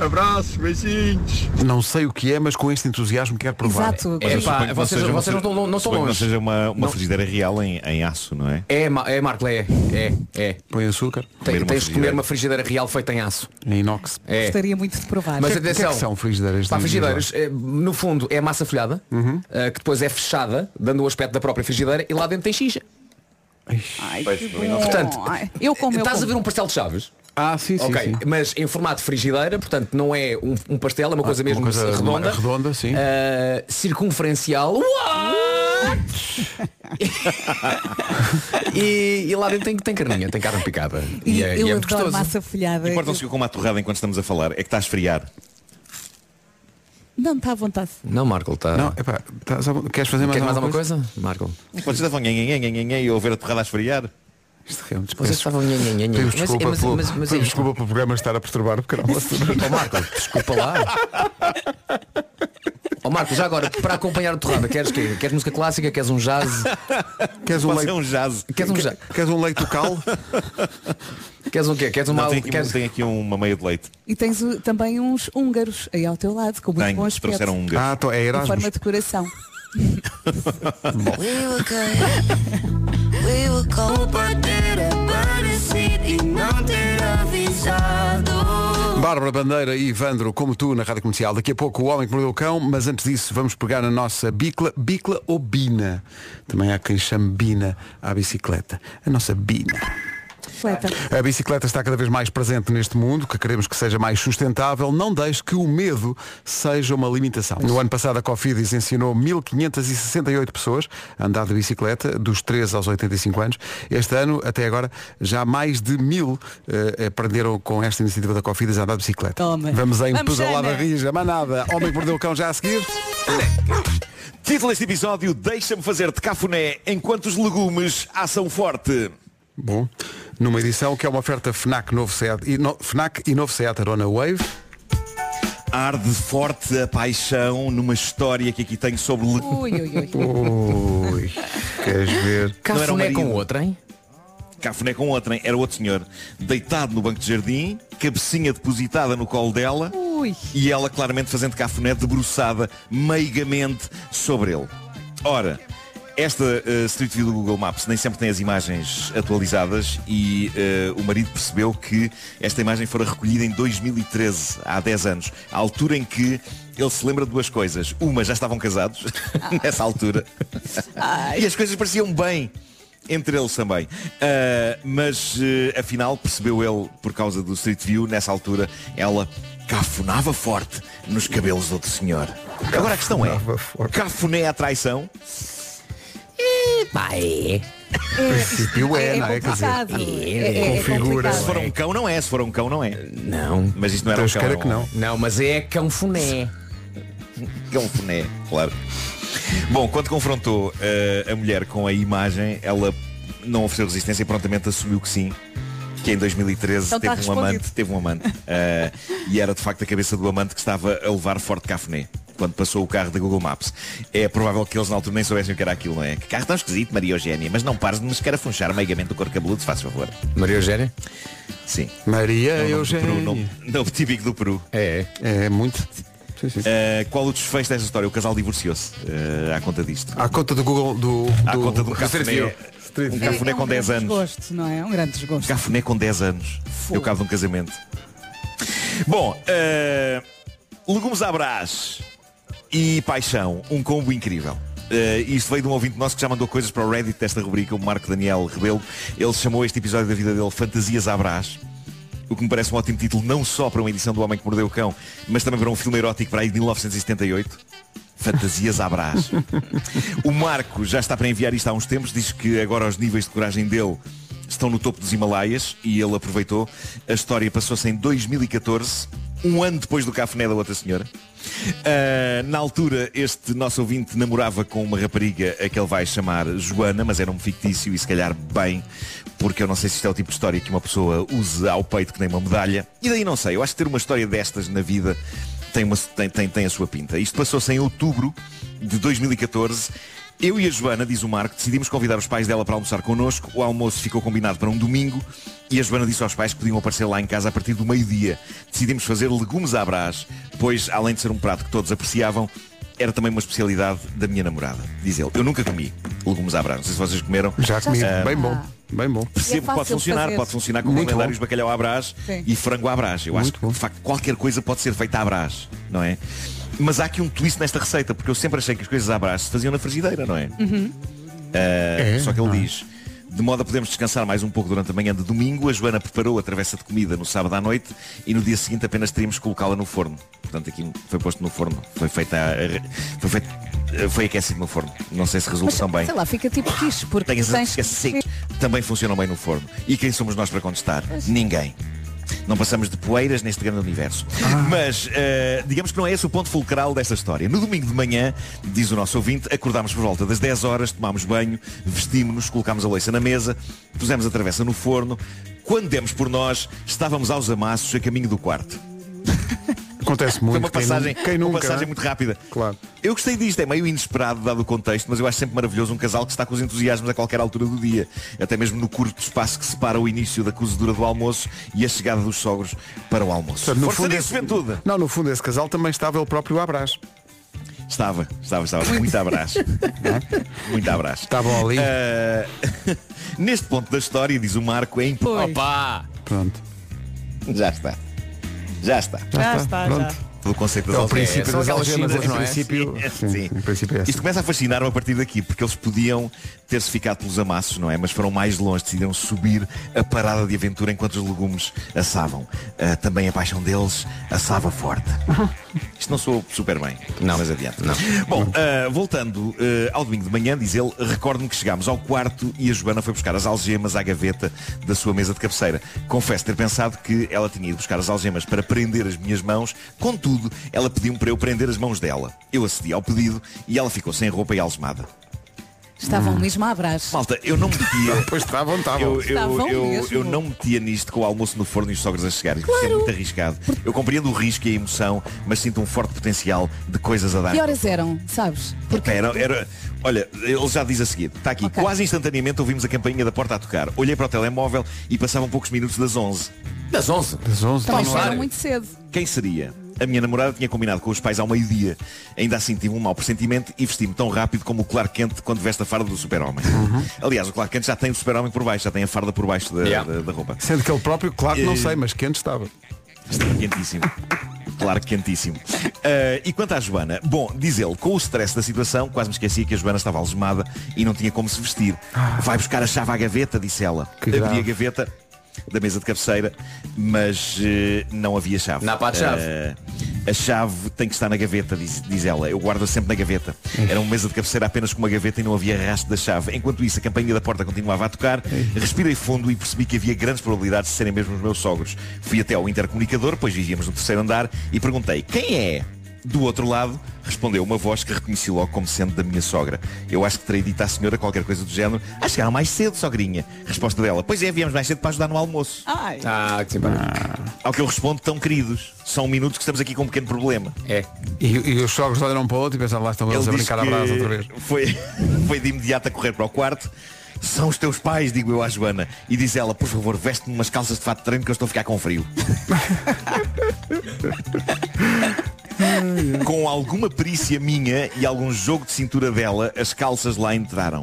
J: Abraços, beijinhos.
A: Não sei o que é, mas com este entusiasmo quero provar.
C: Exato.
G: É,
D: Mas eu
G: pá,
D: suponho que
G: vocês-
D: seja uma
G: vocês não
D: fri-
G: estão- não estão
D: suponho que
G: longe.
D: Não seja uma, uma frigideira real em, em aço, não é?
G: É, Ma- é Marco, é, é, é.
A: Põe açúcar
G: Tem-
D: uma
G: tens de comer
D: frigideira.
G: uma frigideira real feita em aço.
A: em inox.
G: É.
C: Gostaria muito de provar.
G: Mas
A: que- que é que
G: atenção,
A: são frigideiras
G: Pá,
A: de-
G: frigideiras, eh, no fundo, é massa folhada,
A: Uhum.
G: eh, que depois é fechada, dando o aspecto da própria frigideira, e lá dentro tem xixa.
C: Ai,
D: Pois,
C: que
D: não.
C: bom.
G: Portanto,
C: Ai, eu como eu
G: Estás a
C: como.
G: ver um pastel de chaves?
A: Ah, sim, sim.
G: ok,
A: sim.
G: mas em formato frigideira, portanto não é um, um pastel, é uma coisa
A: Ah, uma
G: mesmo
A: coisa
G: redonda.
A: redonda, sim.
G: Eh, circunferencial. What? e, e lá dentro tem, tem carninha, tem carne picada.
C: E,
G: E, é,
C: eu
G: e é muito
C: adoro
G: gostoso.
C: massa folhada.
D: Importam-se com uma torrada enquanto estamos a falar. É que está a esfriar.
C: Não está à vontade.
G: Não, Marco, está.
A: Não, epá, estás a- queres fazer mais,
G: Quer mais
A: alguma
G: alguma coisa? Marco.
D: Vocês estavam nhen, nhen, nhen, nhen, nhen, e a ouvir a torrada a esfriar?
A: Isto realmente
G: Vocês
A: peço-
G: estavam nhen, nhen, nhen, nhen.
A: Pedimos
G: Mas-
A: desculpa,
G: mas-
A: pelo,
G: mas- mas- é,
A: pedimos desculpa pelo programa estar a perturbar porque era uma altura.
G: Ó Marco, desculpa lá. Ó Marco, já agora, para acompanhar o torrada, queres quê? Queres música clássica? Queres um jazz?
A: Queres um
D: Pode ser
A: leite,
D: um jazz.
G: Queres um jazz?
A: queres um leite local?
G: Queres um quê? Queres uma...
D: Não, tem, aqui,
G: queres...
D: tem aqui um, uma meia de leite.
C: E tens uh, também uns húngaros aí ao teu lado, com muito
D: Tenho,
C: bom aspecto.
D: trouxeram um gato.
A: ah, então é
C: Em
A: Erasmus.
C: forma de coração.
A: Bárbara Bandeira e Ivandro, como tu, na Rádio Comercial. Daqui a pouco o Homem que Mordeu o Cão, mas antes disso vamos pegar na nossa bicla, bicla ou bina. Também há quem chame bina à bicicleta. A nossa bina.
C: Completa.
A: A bicicleta está cada vez mais presente neste mundo, que queremos que seja mais sustentável. Não deixe que o medo seja uma limitação. No ano passado, a Cofidis ensinou 1.568 pessoas a andar de bicicleta, dos 13 aos 85 anos. Este ano, até agora, já mais de mil eh, aprenderam com esta iniciativa da Cofidis a andar de bicicleta.
C: Toma.
A: Vamos em
C: Vamos,
A: pedalada
C: Ana.
A: rija, manada. Homem que mordeu o cão já a seguir.
C: Ah.
D: Título deste episódio, Deixa-me fazer de cafuné enquanto os legumes ação forte.
A: Bom, numa edição que é uma oferta FNAC, novo Seat, e no- FNAC e novo Seat Arona Wave.
D: Arde forte a paixão numa história que aqui tenho sobre legumes.
C: Ui, ui, ui.
A: Ui, queres ver?
D: Não era o
G: Cafuné
D: marido.
G: com outra, hein?
D: Cafuné com outra, hein? era outro senhor, deitado no banco de jardim, cabecinha depositada no colo dela
C: Ui.
D: e ela claramente fazendo cafuné debruçada meigamente sobre ele. Ora, Esta eh, Street View do Google Maps nem sempre tem as imagens atualizadas e eh, o marido percebeu que esta imagem fora recolhida em 2013, há 10 anos, a altura em que ele se lembra de duas coisas. Uma, já estavam casados nessa altura. e as coisas pareciam bem. Entre eles também. Ah, mas eh, afinal percebeu ele, por causa do Street View, nessa altura, ela cafunava forte nos cabelos do outro senhor. Agora a questão é, cafuné é a traição?
G: é.
C: Pai.
A: princípio é, não é? Quer dizer,
C: complicado.
A: é, configura.
D: Se for um cão, não é. Se for um cão, não é.
G: Não.
D: Mas isto não era
A: Deus
D: um cão.
A: queira
D: era
A: que
D: um
A: não.
G: Não, mas é cão funé.
D: Cão É um funé, claro. Bom, quando confrontou eh, a mulher com a imagem, ela não ofereceu resistência e prontamente assumiu que sim. Que em 2013
C: Então
D: teve,
C: tá
D: um
C: respondido.
D: amante, teve um amante. Eh, e era de facto a cabeça do amante que estava a levar forte cafuné quando passou o carro da Google Maps. É provável que eles na altura nem soubessem o que era aquilo, não é? Que carro tão esquisito, Maria Eugénia, mas não pares de me escarafunchar meigamente o cor cabeludo, se faz favor.
G: Maria Eugénia?
D: Sim.
A: Maria
D: É o nome do Peru,
A: Eugénia.
D: nome- nome típico do Peru.
G: É.
A: É muito. Sim, sim.
D: Uh, qual o desfecho desta história? O casal divorciou-se uh, à conta disto.
A: À conta do Google do,
D: À
A: do
D: conta do
A: Street
D: cafuné.
A: View. Street
D: Um
A: View.
D: cafuné
C: é um
D: com 10
C: grande
D: anos.
C: desgosto, não é? Um grande desgosto.
D: Cafuné com 10 anos. Eu cabo de um casamento. Bom, uh, legumes à brás e paixão. Um combo incrível. Uh, isto veio de um ouvinte nosso que já mandou coisas para o Reddit desta rubrica, o Marco Daniel Rebelo. Ele chamou este episódio da vida dele Fantasias à brás. O que me parece um ótimo título não só para uma edição do Homem que Mordeu o Cão, mas também para um filme erótico para aí de 1978. Fantasias à brás. O Marco já está para enviar isto há uns tempos, diz que agora os níveis de coragem dele estão no topo dos Himalaias e ele aproveitou. A história passou-se em 2014, um ano depois do cafuné da outra senhora. Ah, na altura, este nosso ouvinte namorava com uma rapariga a que ele vai chamar Joana, mas era um fictício e se calhar bem, porque eu não sei se isto é o tipo de história que uma pessoa usa ao peito que nem uma medalha. E daí não sei, eu acho que ter uma história destas na vida tem, uma- tem- tem- tem a sua pinta. Isto passou-se em outubro de 2014. Eu e a Joana, diz o Marco, decidimos convidar os pais dela para almoçar connosco. O almoço ficou combinado para um domingo e a Joana disse aos pais que podiam aparecer lá em casa a partir do meio-dia. Decidimos fazer legumes à brás, pois, além de ser um prato que todos apreciavam, era também uma especialidade da minha namorada, diz ele. Eu nunca comi legumes à brás, não sei se vocês comeram.
A: Já comi.
C: sei.
D: Ah.
A: Bem bom. Bem bom.
C: E é
D: Percebo que
C: fácil
D: pode funcionar,
C: fazer.
D: pode funcionar com
A: Muito
D: lendários
A: bom.
D: bacalhau à brás
C: Sim.
D: e frango à brás. Eu acho
A: Muito
D: que,
A: bom.
D: de facto, qualquer coisa pode ser feita à brás, não é? Mas há aqui um twist nesta receita, porque eu sempre achei que as coisas à brás se faziam na frigideira, não é? Uh,
A: Uhum. É,
D: só que ele
A: não é?
D: diz, de modo a podermos descansar mais um pouco durante a manhã de domingo, a Joana preparou a travessa de comida no sábado à noite e no dia seguinte apenas teríamos que colocá-la no forno. Portanto, aqui foi posto no forno, foi feita, a- a- foi, feito, eh, foi aquecido no forno. Não sei se resulta
C: Mas,
D: tão bem.
C: Sei lá, fica tipo quiche, porque
D: Tenho
C: tu
D: certeza
C: tens
D: que é seco. Também funcionam bem no forno. E quem somos nós para contestar? Ninguém. Não passamos de poeiras neste grande universo.
C: Ah.
D: Mas eh, digamos que não é esse o ponto fulcral desta história. No domingo de manhã, diz o nosso ouvinte, acordámos por volta das 10 horas, tomámos banho, vestimos-nos, colocámos a louça na mesa, pusemos a travessa no forno. Quando demos por nós, estávamos aos amassos a caminho do quarto.
A: Acontece
D: Foi
A: muito.
D: uma
A: Quem
D: passagem,
A: nu- quem
D: uma
A: nunca,
D: passagem
A: não é?
D: muito rápida.
A: Claro.
D: Eu gostei disto, é meio inesperado dado o contexto, mas eu acho sempre maravilhoso um casal que está com os entusiasmos a qualquer altura do dia. Até mesmo no curto espaço que separa o início da cozedura do almoço e a chegada dos sogros para o almoço.
A: Portanto, é-
D: Força nisso, Ventuda!
A: não, no fundo esse casal também estava ele próprio a Brás.
D: Estava, estava, estava. Muito abraço. Muito abraço.
A: Estavam ali.
D: Ah, neste ponto da história, diz o Marco, é imp...
C: Pois.
G: Opa!
A: Pronto.
D: Já está. Já está.
F: Já está,
A: Pronto.
F: já.
D: O conceito das
A: É o
D: algemas.
A: princípio
G: são
A: das
G: aquelas
A: algemas,
G: chinas,
A: em
G: não é?
A: princípio.
D: Sim, sim.
A: Em princípio é
D: Isto
A: essa.
D: começa a fascinar-me a partir daqui, porque eles podiam ter-se ficado pelos amassos, não é? Mas foram mais longe, decidiram subir a parada de aventura enquanto os legumes assavam. Ah, também a paixão deles assava forte. Isto não sou super bem, não, mas adiante. Não. Bom, ah, voltando ah, ao domingo de manhã, diz ele, recordo-me que chegámos ao quarto e a Joana foi buscar as algemas à gaveta da sua mesa de cabeceira. Confesso ter pensado que ela tinha ido buscar as algemas para prender as minhas mãos, contudo, ela pediu-me para eu prender as mãos dela. Eu acedi ao pedido e ela ficou sem roupa e algemada.
C: Estavam mesmo a abraço.
D: Malta, eu não metia.
A: Pois estavam, estavam.
D: Eu,
C: Estavam
D: eu, eu,
C: mesmo.
D: eu não metia nisto com o almoço no forno e os sogros a chegarem, porque isso é muito arriscado. Eu compreendo o risco e a emoção, mas sinto um forte potencial de coisas a dar.
C: Que horas eram, sabes?
D: Epá, era, era- olha, ele já diz a seguir. Está aqui.
C: Ok.
D: Quase instantaneamente ouvimos a campainha da porta a tocar. Olhei para o telemóvel e passavam poucos minutos das 11.
G: Das 11.
A: Das 11
C: Também
A: da
C: chegaram
A: manhã.
C: muito cedo.
D: Quem seria? a minha namorada tinha combinado com os pais ao meio-dia. Ainda assim tive um mau pressentimento e vesti-me tão rápido como o Clark Kent quando veste a farda do super-homem. Aliás, o Clark Kent já tem o super-homem por baixo, já tem a farda por baixo da,
A: Yeah.
D: da- da roupa.
A: Sendo que ele próprio, claro que não
D: Eh,
A: sei, mas quente estava.
D: Está quentíssimo. Claro, que quentíssimo. Ah, e quanto à Joana? Bom, diz ele, com o stress da situação, quase me esqueci que a Joana estava algemada e não tinha como se vestir. Vai buscar a chave à gaveta, disse ela.
A: Que
D: Abri
A: grave.
D: a gaveta da mesa de cabeceira, mas eh, não havia chave.
G: Não há pá de chave.
D: Ah, a chave tem que estar na gaveta, diz, diz ela. Eu guardo sempre na gaveta. Era uma mesa de cabeceira apenas com uma gaveta e não havia rastro da chave. Enquanto isso, a campainha da porta continuava a tocar. Respirei fundo e percebi que havia grandes probabilidades de serem mesmo os meus sogros. Fui até ao intercomunicador, pois vivíamos no terceiro andar, e perguntei, quem é? Do outro lado, respondeu uma voz que reconheci logo como sendo da minha sogra. Eu acho que terei dito à senhora qualquer coisa do género. Ah, chegaram mais cedo, sogrinha. Resposta dela, pois é, viemos mais cedo para ajudar no almoço.
F: Ai.
G: Ah, que simpático.
D: Ao que eu respondo, tão queridos. São minutos que estamos aqui com um pequeno problema.
G: É.
A: E, e os sogros olharam para o outro e pensaram, lá estão eles a
D: Ele
A: brincar à
D: disse
A: brasa
D: que
A: outra vez.
D: Foi, foi de imediato a correr para o quarto. São os teus pais, digo eu à Joana. E diz ela, por favor, veste-me umas calças de fato de treino que eu estou a ficar com frio. com alguma perícia minha e algum jogo de cintura dela, as calças lá entraram.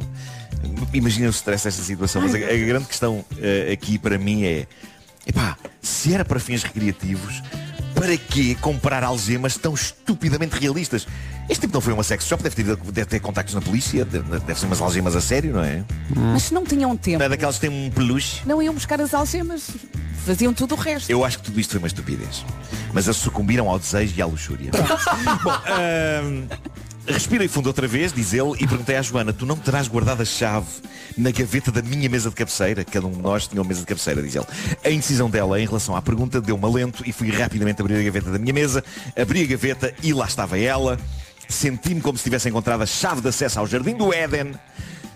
D: Imagina o stress desta situação, mas a, a grande questão eh, aqui para mim é, epá, se era para fins recreativos, para que comprar algemas tão estupidamente realistas? Este tipo não foi uma sex shop, deve ter, deve ter contactos na polícia, deve, deve ser umas algemas a sério, não é?
F: Mas se não tinham tempo,
D: Não é daquelas que têm um peluche.
F: não iam buscar as algemas. Faziam tudo o resto.
D: Eu acho que tudo isto foi uma estupidez. Mas eles sucumbiram ao desejo e à luxúria. Bom, ahm, respirei fundo outra vez, diz ele, e perguntei à Joana, tu não terás guardado a chave na gaveta da minha mesa de cabeceira? Cada um de nós tinha uma mesa de cabeceira, diz ele. A indecisão dela em relação à pergunta deu-me alento e fui rapidamente abrir a gaveta da minha mesa, abri a gaveta e lá estava ela. Senti-me como se tivesse encontrado a chave de acesso ao jardim do Éden.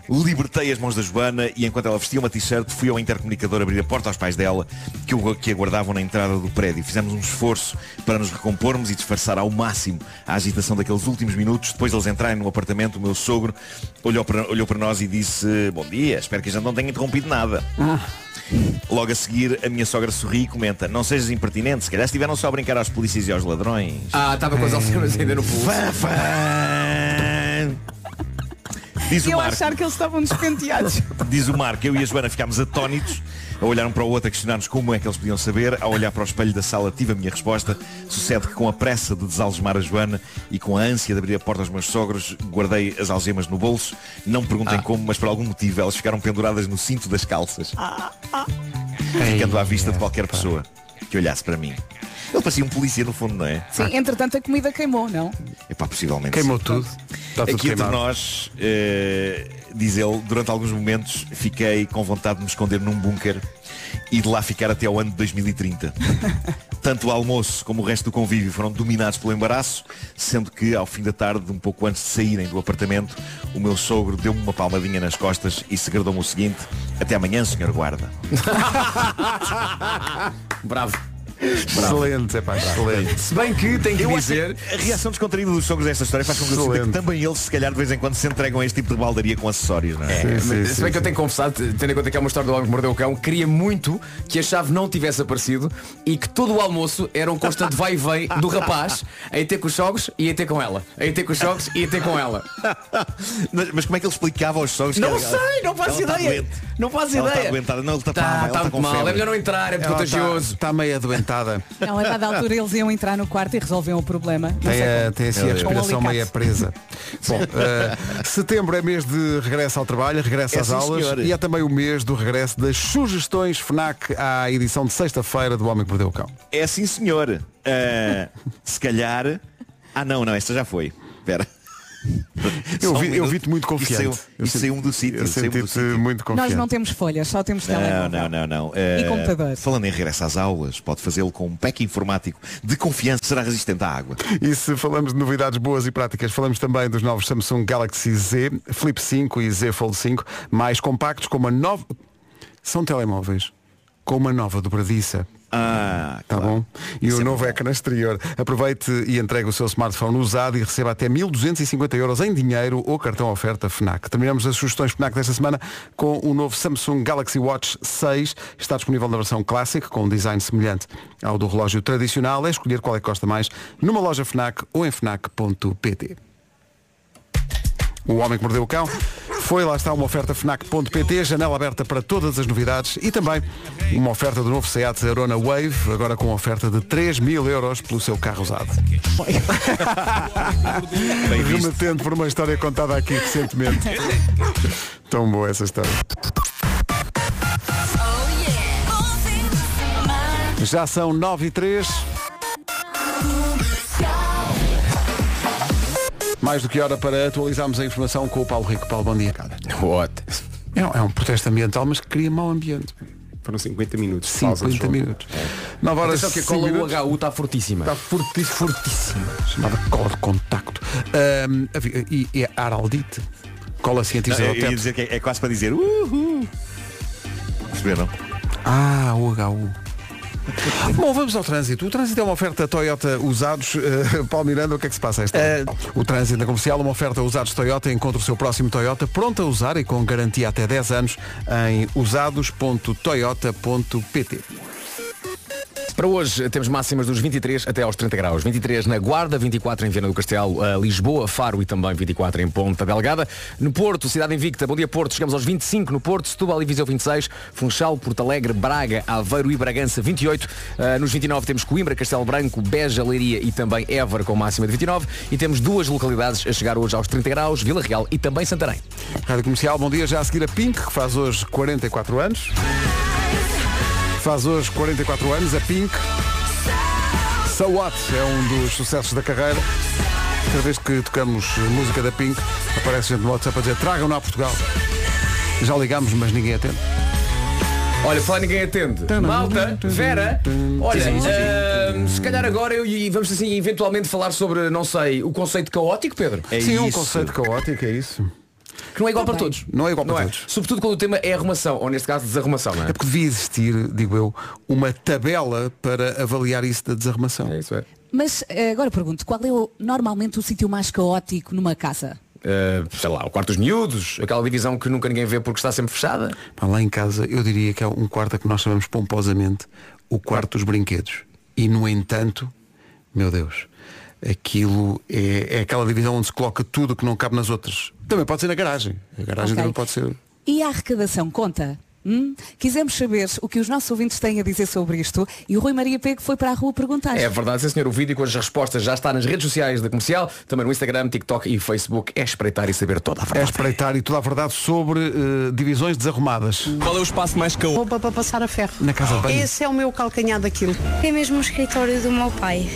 D: Libertei as mãos da Joana e enquanto ela vestia uma t-shirt fui ao intercomunicador abrir a porta aos pais dela que, o, que aguardavam na entrada do prédio. Fizemos um esforço para nos recompormos e disfarçar ao máximo a agitação daqueles últimos minutos. Depois deles entrarem no apartamento, o meu sogro olhou para, olhou para nós e disse Bom dia, espero que a gente não tenha interrompido nada. Logo a seguir a minha sogra sorri e comenta Não sejas impertinente, se calhar estiveram só a brincar aos polícias e aos ladrões.
G: Ah, estava
A: É.
G: com as alcemas ainda no pulso.
D: Vá, vá. Diz o
F: Eu
D: Marco.
F: achar que eles estavam despenteados.
D: Diz o Marco, eu e a Joana ficámos atónitos a olhar um para o outro, a questionar-nos como é que eles podiam saber. Ao olhar para o espelho da sala, tive a minha resposta. Sucede que com a pressa de desalgemar a Joana e com a ânsia de abrir a porta aos meus sogros, guardei as algemas no bolso. Não me perguntem como, mas por algum motivo elas ficaram penduradas no cinto das calças, ficando à vista de qualquer pessoa que olhasse para mim. Ele parecia um polícia no fundo, não é?
C: Sim, entretanto a comida queimou, não?
D: Epá, possivelmente. sim.
A: Queimou tudo. Está tudo
D: Aqui é entre
A: queimado.
D: nós, eh, diz ele, durante alguns momentos fiquei com vontade de me esconder num bunker e de lá ficar até ao ano de 2030. Tanto o almoço como o resto do convívio foram dominados pelo embaraço, sendo que ao fim da tarde, um pouco antes de saírem do apartamento, o meu sogro deu-me uma palmadinha nas costas e segredou-me o seguinte, até amanhã, senhor guarda.
G: Bravo.
A: Excelente, é pá, excelente.
G: Se bem que tenho que
D: Eu acho
G: dizer.
D: que a reação descontraída dos sogros a esta história faz com que eu sinta que
A: Excelente.
D: também eles, se calhar, de vez em quando se entregam a este tipo de baldaria com acessórios, não é?
A: Sim,
G: Mas,
A: sim,
G: se
A: sim,
G: bem que eu tenho confessado, tendo em conta que é uma história do homem que mordeu o cão, queria muito que a chave não tivesse aparecido e que todo o almoço era um constante vai e vem do rapaz a ir ter com os jogos e a ir ter com ela. A ir ter com os jogos e a ir ter com ela.
D: mas, mas como é que ele explicava aos sogros que
G: Não
D: era-
G: sei, não faço
D: Ela tá
G: ideia.
D: doente.
G: não faço
D: Ela
G: ideia.
D: tá aguentada, não, ele tá pá,
G: tá,
D: ela
G: tá
D: tá
G: muito
D: com
G: mal.
D: febre.
G: É melhor não entrar, é
D: tá.
G: muito
A: tá-
G: contagioso.
A: Está meio adoentada.
C: Não, a dada altura eles iam entrar no quarto e resolviam o problema. Não
A: Tem,
C: sei
A: a,
C: como.
A: tem assim a
D: Meu Deus.
A: respiração
C: Com um
A: meio
C: alicate.
A: presa. Bom, eh, setembro é mês de regresso ao trabalho, regresso
D: É,
A: às
D: sim,
A: aulas
D: senhora.
A: e é também o mês do regresso das sugestões FNAC à edição de sexta-feira do Homem que Mordeu o Cão.
D: É sim senhor. Ah, se calhar. Ah não, não, esta já foi. Espera.
A: Eu
D: Só um
A: vi- eu
D: minuto.
A: vi-te muito confiante.
D: Isso é saiu-
A: Eu
D: Isso um
A: senti-
D: saiu-me do sítio.
A: Eu
D: saiu-me do
A: senti-te
D: sítio.
A: muito confiante.
C: Nós não temos folhas, só temos
D: Não,
C: telemóvel.
D: não, não, não.
C: E
D: Ah,
C: computador.
D: Falando em regresso às aulas, pode fazê-lo com um pack informático de confiança que será resistente à água.
A: E se falamos de novidades boas e práticas, falamos também dos novos Samsung Galaxy Z, Flip 5 e Z Fold 5, mais compactos com uma nova... São telemóveis com uma nova dobradiça
D: Ah,
A: Tá bom. E o novo é ecrã exterior. Aproveite e entregue o seu smartphone usado e receba até 1.250 euros em dinheiro ou cartão oferta FNAC. Terminamos as sugestões FNAC desta semana com o novo Samsung Galaxy Watch 6. Está disponível na versão clássica, com um design semelhante ao do relógio tradicional. É escolher qual é que gosta mais numa loja FNAC ou em FNAC.pt. O Homem que Mordeu o Cão foi, lá está, uma oferta FNAC.pt, janela aberta para todas as novidades e também uma oferta do novo SEAT Arona Wave, agora com oferta de 3 mil euros pelo seu carro usado. Remetendo por uma história contada aqui recentemente. Tão boa essa história. Já são 9 e 3. Mais do que hora para atualizarmos a informação com o Paulo Rico. Paulo, bom dia.
K: What?
A: É, um- é um protesto ambiental, mas que cria mau ambiente.
K: Foram 50 minutos.
A: 50 minutos. 9 horas
G: Atenção que a
A: cinco
G: cola
A: minutos.
G: UHU está fortíssima.
A: Está fortíssima. Chamada cola de contacto. Ahm, havia- e, e a Araldite. Cola científica
D: Não,
A: ao
D: eu ia
A: teto.
D: dizer que é, é quase para dizer uhul. Perceberam?
A: Ah, o HU. Bom, vamos ao trânsito. O trânsito é uma oferta Toyota usados. Eh, Paulo Miranda, o que é que se passa a esta? hora? O trânsito na comercial, uma oferta usados Toyota. Encontre o seu próximo Toyota pronto a usar e com garantia até 10 anos em usados.toyota.pt.
G: Para hoje temos máximas dos 23 até aos 30 graus. 23 na Guarda, 24 em Viana do Castelo, eh, Lisboa, Faro e também 24 em Ponta Delgada. No Porto, Cidade Invicta, Bom Dia Porto, chegamos aos 25 no Porto, Setúbal e Viseu 26, Funchal, Porto Alegre, Braga, Aveiro e Bragança 28. Eh, Nos 29 temos Coimbra, Castelo Branco, Beja, Leiria e também Évora com máxima de 29. E temos duas localidades a chegar hoje aos 30 graus, Vila Real e também Santarém.
A: Rádio Comercial, bom dia. Já a seguir a Pink, que faz hoje 44 anos. Faz hoje 44 anos a Pink. So What é um dos sucessos da carreira. Cada vez que tocamos música da Pink, aparece gente no WhatsApp a dizer tragam-na a Portugal. Já ligámos, mas ninguém atende.
G: Olha, falar ninguém atende.
A: Tá,
G: Malta, Vera, olha,
A: Sim, sim, sim.
G: ahm, se calhar agora eu e vamos assim eventualmente falar sobre, não sei, o conceito caótico, Pedro.
A: Sim, um conceito caótico, é isso.
G: Que não é igual para todos.
A: Não é igual para
G: Não é?
A: todos.
G: Sobretudo quando o tema é arrumação, ou neste caso desarrumação, não é?
A: É porque devia existir, digo eu, uma tabela para avaliar isso da desarmação. É
G: isso, é.
C: Mas eh, agora pergunto, qual é o- normalmente o sítio mais caótico numa casa?
G: Ah, sei lá, o quarto dos miúdos, aquela divisão que nunca ninguém vê porque está sempre fechada.
A: Pá, lá em casa eu diria que é um quarto a que nós chamamos pomposamente o quarto dos brinquedos. E no entanto, meu Deus, aquilo é, é aquela divisão onde se coloca tudo que não cabe nas outras. Também pode ser na garagem. A garagem
C: Ok.
A: também pode ser.
C: E a arrecadação conta? Hum? Quisemos saber o que os nossos ouvintes têm a dizer sobre isto e o Rui Maria Pego foi para a rua perguntar.
G: É verdade, sim senhor, o vídeo com as respostas já está nas redes sociais da comercial, também no Instagram, TikTok e Facebook. É espreitar e saber toda a
A: É
G: verdade.
A: espreitar e toda a verdade sobre eh, divisões desarrumadas.
G: Qual é o espaço mais caótico?
L: Roupa para passar a ferro.
A: Na casa de banho.
L: é o meu calcanhar daquilo. É mesmo o escritório do meu pai.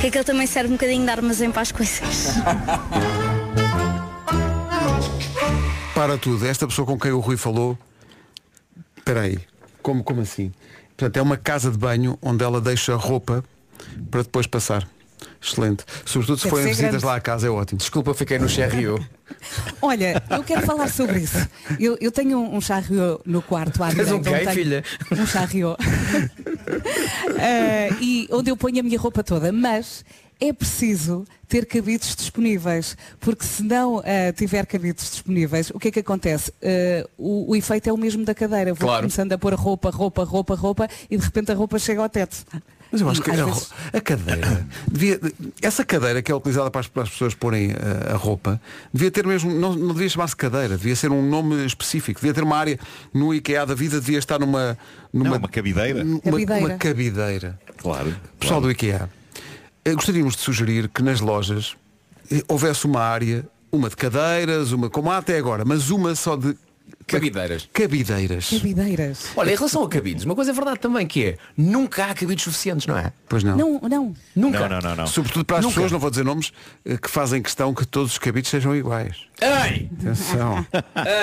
L: Que aquele também serve um bocadinho de armazém para as coisas.
A: Para tudo. Esta pessoa com quem o Rui falou. Espera aí. Como, como assim? Portanto, é uma casa de banho onde ela deixa roupa para depois passar. Excelente. Sobretudo se
C: Deve
A: forem
C: ser
A: visitas
C: grande.
A: lá à casa, é ótimo.
G: Desculpa, fiquei no CRU.
C: Olha, eu quero falar sobre isso. Eu, eu tenho um charriot no quarto à
G: Tens
C: direita,
G: um quê,
C: onde tenho-
G: filha?
C: Um charriot. Ah, e onde eu ponho a minha roupa toda, mas é preciso ter cabides disponíveis, porque se não ah, tiver cabides disponíveis, o que é que acontece? Ah, o, o efeito é o mesmo da cadeira. Vou
A: Claro.
C: começando a pôr roupa, roupa, roupa, roupa e de repente a roupa chega ao teto.
A: Mas eu acho
C: E
A: que
C: às
A: a,
C: vezes-
A: ro- a cadeira devia, essa cadeira que é utilizada para as, para as pessoas porem eh, a, roupa devia ter mesmo, não, não devia chamar-se cadeira, devia ser um nome específico, devia ter uma área no IKEA da vida, devia estar numa numa
D: Não, uma Hum. cabideira.
A: Uma
D: Cabideira.
A: cabideira. Uma cabideira.
D: Claro.
A: Pessoal do IKEA, eh, gostaríamos de sugerir que nas lojas eh, houvesse uma área, uma de cadeiras, uma como há até agora, mas uma só de
G: Cabideiras.
A: cabideiras.
C: Cabideiras.
G: Olha, em relação a cabides, uma coisa é verdade também que é, nunca há cabides suficientes, não é?
A: Pois não.
C: Não, não.
G: Nunca.
A: Sobretudo para as
G: Nunca.
A: pessoas, não vou dizer nomes, eh, que fazem questão que todos os cabides sejam iguais.
G: Ei!
A: Atenção.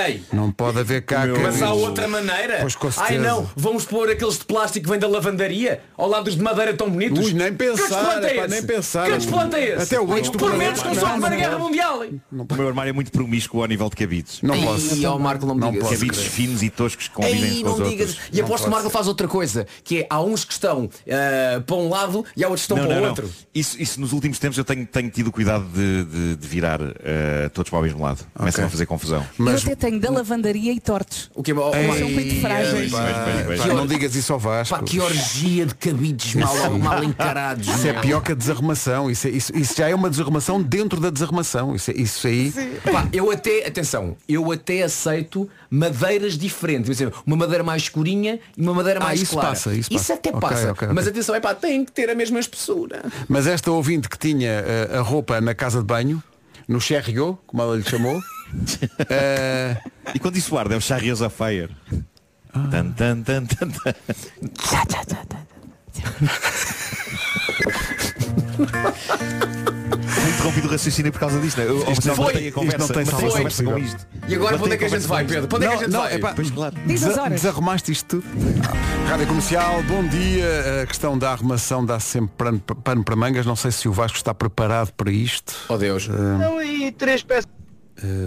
G: Ei!
A: Não pode haver cá
G: Ah. Mas
A: cabides.
G: há outra maneira.
A: Pois com certeza.
G: Ai não, vamos pôr aqueles de plástico que vem da lavandaria ao lado dos de madeira tão bonitos.
A: Ui, nem pensar,
G: Que desplante é
A: pá,
G: esse?
A: nem pensar.
G: Que desplante é esse?
A: Até o eixo do
G: Por
A: programa.
G: menos que eu sou a Primeira
A: Não,
G: Guerra Mundial. hein?
D: O meu armário é muito promíscuo ao nível de cabides.
A: Não posso.
G: Ih, ó, Marco, não me
A: Não
G: diga-se.
D: Cabides finos e toscos que convivem
G: Ei,
D: com os
G: não digas.
D: outros.
G: E aposto que
D: Não
G: o Marco
D: pode
G: faz outra coisa, que é há uns que estão eh, para um lado e há outros que estão
D: Não,
G: para
D: não,
G: o
D: não.
G: outro.
D: Isso, isso nos últimos tempos eu tenho, tenho tido cuidado de, de- de virar eh, todos para o mesmo lado. Começam a fazer confusão.
C: Eu até tenho da lavandaria e tortos.
G: O que é o
C: São
G: Ei,
C: muito frágeis.
D: pá,
A: pá, não digas isso ao Vasco.
G: Pá, que orgia de cabides mal, mal encarados.
A: é Isso é
G: meu.
A: pior que a desarrumação. Isso, é- isso- isso já é uma desarrumação dentro da desarrumação. Isso, é- isso aí.
G: Pá, eu até, atenção, eu até aceito madeiras diferentes. Por exemplo, uma madeira mais escurinha e uma madeira
A: Ah,
G: mais
A: isso
G: clara.
A: passa, isso passa.
G: até
A: Ok,
G: passa.
A: ok,
G: Mas
A: ok.
G: atenção, é pá, tem que ter a mesma espessura.
A: Mas esta ouvinte que tinha eh, a roupa na casa de banho, no Cherriot, como ela lhe chamou. eh,
D: E quando isso arde, é o Charrios a Fire.
G: Ah.
D: Tan, tan, tan, tan, tan. Fui interrompido o raciocínio por causa disto. Né? Eu,
A: Isto não
D: Marcelo,
A: foi.
D: mantenha a conversa,
A: Isto não tem
D: mantenha a
A: salvação
D: conversa com
A: possível.
D: isto.
G: E agora para onde é que a
D: Mantenha
G: gente vai, Pedro? Para onde é que a gente
A: não,
G: vai?
A: epá,
D: Pois claro.
G: Diz as
A: desa-
G: horas.
A: Desarrumaste isto tudo. Ah, Rádio Comercial, bom dia. A questão da arrumação dá sempre pano, pano para mangas. Não sei se o Vasco está preparado para isto.
G: Oh Deus.
A: eh,
K: Então, e três peças.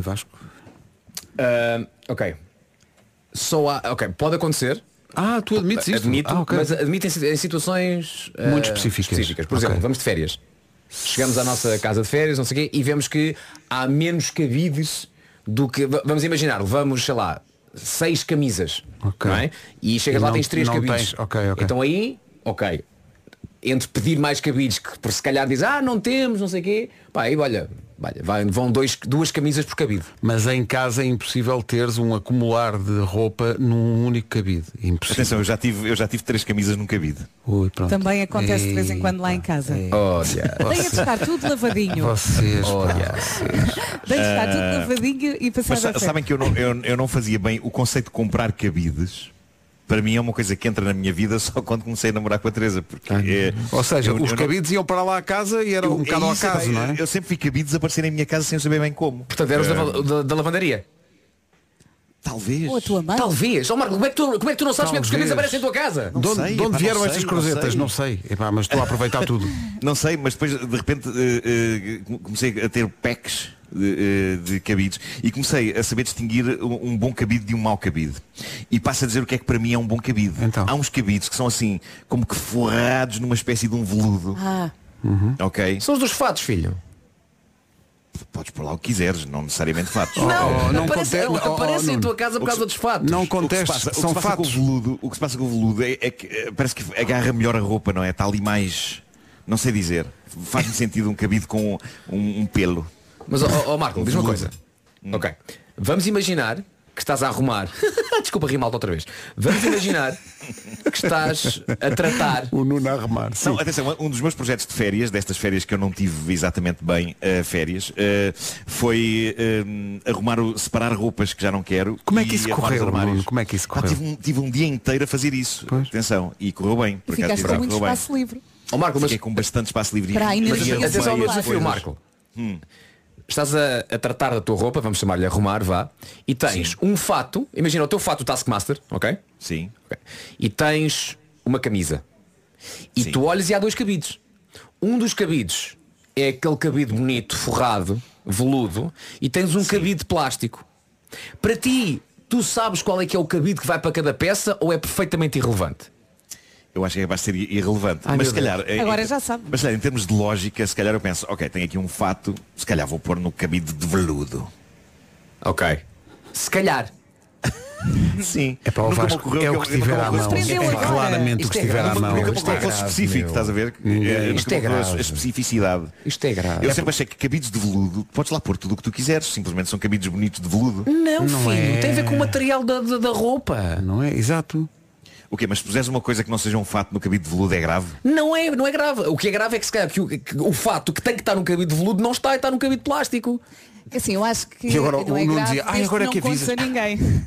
A: Vasco.
G: Ah, ok. Só há. Ok, pode acontecer.
A: Ah, tu admites isto?
G: Admito,
A: Ah, ok.
G: mas
D: eh,
G: admito em si- em situações ah,
A: Muito específicas.
G: Por
A: Ok.
G: exemplo, vamos de férias. Chegamos à nossa casa de férias, não sei o quê, e vemos que há menos cabides do que. va- Vamos imaginar, levamos, sei lá, seis camisas. Não é? E chegas
A: E
G: lá
A: não-
G: tens três
A: não
G: cabides.
A: tens- ok, ok.
G: Então aí, ok. Entre pedir mais cabides, que por se calhar diz, ah, não temos, não sei o quê, pá, aí olha, olha, vai- vão dois, duas camisas por cabide.
A: Mas em casa é impossível teres um acumular de roupa num único cabide. Impossível.
D: Atenção, eu já, tive, eu já tive três camisas num cabide.
A: Ui, pronto. É,
C: Também acontece de vez em
A: Ei,
C: quando lá em casa. Tem
G: Olha.
C: a estar tudo lavadinho.
A: Vocês, pá,
C: Tem a estar tudo
D: Ah,
C: lavadinho e
D: Mas
C: passado
D: sa-
C: a frente.
D: sabem que eu não, eu, eu não fazia bem o conceito de comprar cabides. Para mim é uma coisa que entra na minha vida só quando comecei a namorar com a Teresa. Porque, é,
A: Ah, Ou seja,
D: eu-
A: os
D: eu não-
A: cabides iam para lá a casa e era um
D: Eu-
A: bocado
D: é
A: ao
D: isso,
A: acaso,
D: pá,
A: não é?
D: Eu sempre vi cabides aparecerem em minha casa sem saber bem como. Eh,
G: Portanto, eras da, val- da- da lavandaria.
D: Talvez.
C: Ou a tua mãe.
G: Talvez. Ó Marco, como é que tu, como é que tu não sabes como é que os
A: Talvez.
G: cabelos aparecem em tua casa?
A: de onde,
D: sei,
A: de onde
D: epá,
A: vieram
D: não
A: estas
D: sei,
A: cruzetas? Não
D: não
A: sei. Epá, mas estou a aproveitar tudo.
D: Não sei, mas depois de repente eh, eh, comecei a ter packs de, eh, de cabides e comecei a saber distinguir um um bom cabide de um mau cabide. E passo a dizer o que é que para mim é um bom cabide.
A: Então.
D: Há uns cabides que são assim, como que forrados numa espécie de um veludo.
C: Ah,
D: Ok?
G: São os dos fatos, filho.
D: Podes pôr lá o que quiseres, não necessariamente fatos.
G: Não,
A: não
G: aparece-
A: contesta- oh, oh,
G: aparece em
A: Nuno.
G: tua casa por
D: O que
G: causa
D: se-
G: dos fatos.
A: Não
D: O que se
A: contestes,
D: passa- o que
A: são
D: se passa com o
A: fatos.
D: veludo- o que se passa com o veludo é, é que eh, parece que agarra melhor a roupa, não é? Está ali mais. Não sei dizer. Faz-me sentido um cabide com um, um pelo.
G: Mas, ó ó, Marco, diz uma coisa. Ok. Vamos imaginar que estás a arrumar. Desculpa rir malta outra vez. Vamos imaginar que estás a tratar.
A: O Nuno a arrumar. Sim.
D: Não, atenção, um dos meus projetos de férias, destas férias que eu não tive exatamente bem eh, férias, eh, foi eh, arrumar, o- separar roupas que já não quero.
A: Como é que
D: e
A: isso
D: arrumar os
A: correu,
D: armários.
A: Nuno? Como é que isso
D: Pá,
A: correu?
D: tive, um, tive um dia inteiro a fazer isso. Atenção. E correu bem.
C: e
D: Por acaso
C: ficaste com
D: correu
C: muito
D: correu bem.
C: espaço livre.
G: Ó Oh, Marco, mas,
D: Fiquei com bastante espaço livre. e
C: Para a
D: arrumei
C: energia.
G: mas
D: as
G: atenção ao meu
D: coisas.
G: desafio, Marco. Estás a, a tratar da tua roupa, vamos chamar-lhe arrumar, vá, e tens um fato, imagina o teu fato Taskmaster, ok?
D: Sim.
G: Ok. E tens uma camisa. E tu olhas e há dois cabides. Um dos cabides é aquele cabide bonito, forrado, veludo, e tens um cabide de plástico. Para ti, tu sabes qual é que é o cabide que vai para cada peça ou é perfeitamente irrelevante?
D: Eu acho que vai ser irrelevante.
G: Ai,
D: mas se
G: meu
D: calhar.
G: Deus.
D: eh,
C: Agora
D: eh,
C: já sabe.
D: Mas se calhar, em termos de lógica, se calhar eu penso, ok, tenho aqui um fato, se calhar vou pôr no cabide de veludo.
G: Ok. Se calhar.
D: Sim.
A: É para o
D: Nunca me
A: Vasco,
D: ocorreu
A: é
D: que
A: o
D: eu-
A: que estiver à mão.
C: Mas prendeu
A: É
C: agora.
A: claramente o que
G: Isto é
A: estiver à
G: grave.
A: mão.
D: Nunca me
A: Isto é
D: ocorreu que fosse
A: grave,
D: específico,
A: meu.
D: estás a ver?
A: Ninguém-
D: Eh, nunca
G: Isto é
D: me ocorreu a-
G: grave.
D: a especificidade.
G: Isto é grave.
D: Eu sempre achei que cabides de veludo, podes lá pôr tudo o que tu quiseres, simplesmente são cabides bonitos de veludo.
G: Não,
A: Não
G: filho,
A: é.
G: tem a ver com o material da, da, da roupa.
A: Não é? Exato.
D: O quê? Mas se puseres uma coisa que não seja um fato no cabide de veludo é grave?
G: Não é, não é grave. O que é grave é que, se calhar, que o, que o fato que tem que estar num cabide de veludo não está e está num cabide de plástico.
C: Assim, eu acho que
A: E agora
C: não
A: o
C: é
A: Nuno
C: grave,
A: dizia, "Ai,
C: desde
A: agora é
C: não
A: que avisas."
C: conta a ninguém.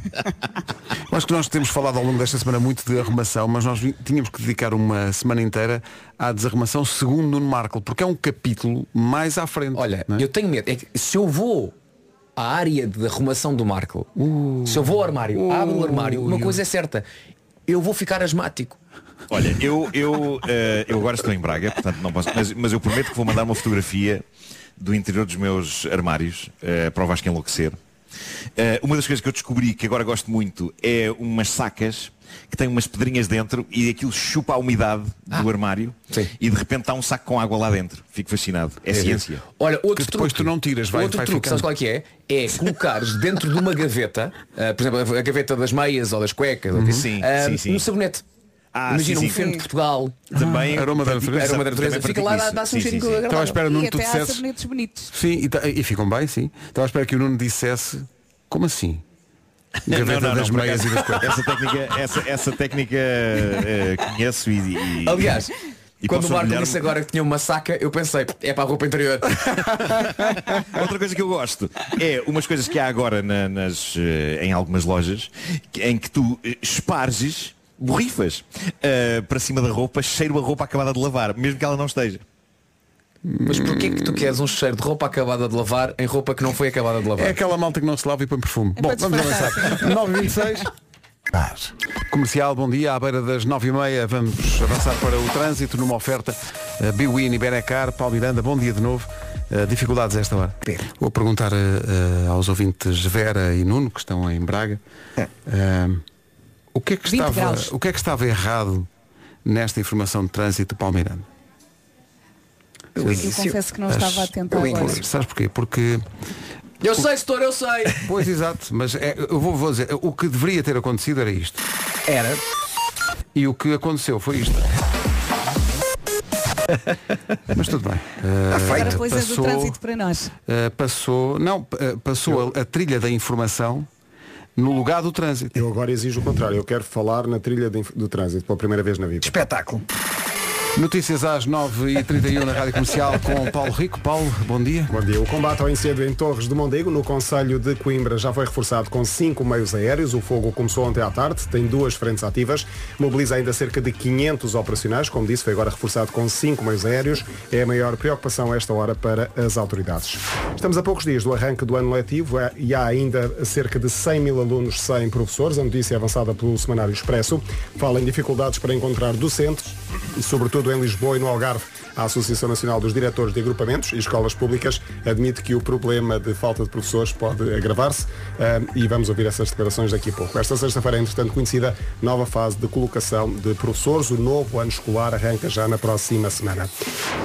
A: Eu Acho que nós temos falado ao longo desta semana muito de arrumação, mas nós vi- tínhamos que dedicar uma semana inteira à desarrumação segundo Nuno Marco, porque é um capítulo mais à frente.
G: Olha,
A: não é?
G: eu tenho medo. É que se eu vou à área de arrumação do Marco, se eu vou ao armário, abro o armário, uma coisa é certa, eu vou ficar asmático.
D: Olha, eu, eu, eh, eu agora estou em Braga, portanto não posso. Mas, mas eu prometo que vou mandar uma fotografia do interior dos meus armários eh, para o Vasco enlouquecer. Eh, uma das coisas que eu descobri que agora gosto muito é umas sacas que têm umas pedrinhas dentro e aquilo chupa a umidade
A: Ah.
D: do armário e de repente está um saco com água lá dentro. Fico fascinado. É, ciência.
G: Olha, outro
D: Que depois tu
G: truque,
D: não tiras, vai-
G: outro
D: vai
G: truque,
D: ficando.
G: sabes qual é que é? É colocares dentro de uma gaveta, ah, por exemplo, a gaveta das meias ou das cuecas, ou-
D: Sim,
G: ah,
D: sim, sim.
G: um sabonete.
D: Ah,
G: Imagina
D: sim,
G: um
D: sim.
G: feno de Portugal.
D: Também
A: Ah. Aroma da
D: pratico-
A: natureza.
G: Aroma da natureza.
D: também
G: Fica lá,
D: pratico
G: dá-
D: isso.
G: dá-se um
D: Sim,
G: cheirinho
D: sim, Então, sim.
A: Estava à espera,
C: E
A: Nuno, que tu
C: até há
A: dissesses.
C: sabonetes bonitos.
A: Sim, e, ta- e ficam bem, sim. Estava à espera que o Nuno dissesse, como assim? Gaveta
D: Não, não, não,
A: das
D: por
A: meias
D: acaso,
A: e das coisas.
D: Essa técnica, essa, essa técnica eh, conheço e, e-
G: Aliás,
D: e
G: quando o
D: posso
G: Marco
D: orgulhar-me.
G: disse agora que tinha uma saca, eu pensei, é para a roupa interior.
D: Outra coisa que eu gosto é umas coisas que há agora na- nas, eh, em algumas lojas que- em que tu eh, esparges borrifas eh, para cima da roupa, cheiro a roupa acabada de lavar, mesmo que ela não esteja.
G: Mas porquê que tu queres um cheiro de roupa acabada de lavar em roupa que não foi acabada de lavar?
A: É aquela malta que não se lava e põe perfume.
D: É
A: Bom,
G: para
A: vamos avançar.
G: disfarçar,
A: 926. Paz. Comercial, bom dia. À beira das 9h30 vamos avançar para o trânsito numa oferta. eh, Biwin e Benecar, Paulo Miranda, bom dia de novo. Eh, dificuldades a esta hora. Vou perguntar eh, eh, aos ouvintes Vera e Nuno, que estão em Braga, eh, o, que é que
C: 20
A: estava,
C: graus.
A: o que é que estava errado nesta informação de trânsito do Paulo Miranda?
C: Eu confesso que não
A: As-
C: estava atenta
A: Eu-
C: agora.
A: Sabes porquê? Porque
G: Eu sei, setor, eu sei.
A: Pois exato, mas é, eu vou, vou dizer, o que deveria ter acontecido era isto.
G: Era.
A: E o que aconteceu foi isto. mas tudo bem. Eh,
C: Para coisas é do
A: passou,
C: trânsito para nós.
A: eh, passou, não, p- eh, passou a, a trilha da informação no lugar do trânsito.
K: Eu agora exijo o contrário. Eu quero falar na trilha de inf- do trânsito pela primeira vez na vida.
B: Espetáculo.
A: Notícias às 9h31 na Rádio Comercial com o Paulo Rico. Paulo, bom dia.
K: Bom dia. O combate ao incêndio em Torres de Mondego, no Conselho de Coimbra, já foi reforçado com cinco meios aéreos. O fogo começou ontem à tarde, tem duas frentes ativas, mobiliza ainda cerca de 500 operacionais. Como disse, foi agora reforçado com cinco meios aéreos. É a maior preocupação a esta hora para as autoridades. Estamos a poucos dias do arranque do ano letivo eh, e há ainda cerca de 100 mil alunos sem professores. A notícia é avançada pelo Semanário Expresso fala em dificuldades para encontrar docentes, sobretudo em Lisboa e no Algarve. A Associação Nacional dos Diretores de Agrupamentos e Escolas Públicas admite que o problema de falta de professores pode agravar-se ah, e vamos ouvir essas declarações daqui a pouco. Esta sexta-feira é, entretanto, conhecida nova fase de colocação de professores. O novo ano escolar arranca já na próxima semana.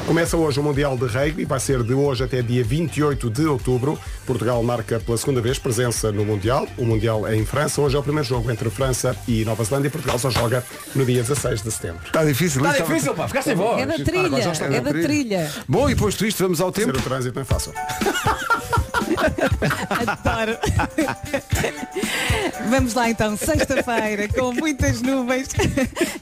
K: Começa hoje o Mundial de Rugby, vai ser de hoje até dia 28 de outubro. Portugal marca pela segunda vez presença no Mundial. O Mundial é em França. Hoje é o primeiro jogo entre França e Nova Zelândia e Portugal só joga no dia 16 de setembro.
A: Está difícil. então.
K: Está
A: isto
K: Ah, é difícil, pá, ficaste sem voz.
C: É da
K: Agora
C: trilha,
K: já está
C: é
K: na
C: da
K: trilha.
C: trilha.
A: Bom, e posto isto, vamos ao tempo.
K: Ser o trânsito não é fácil.
C: Adoro. Vamos lá então, sexta-feira, com muitas nuvens.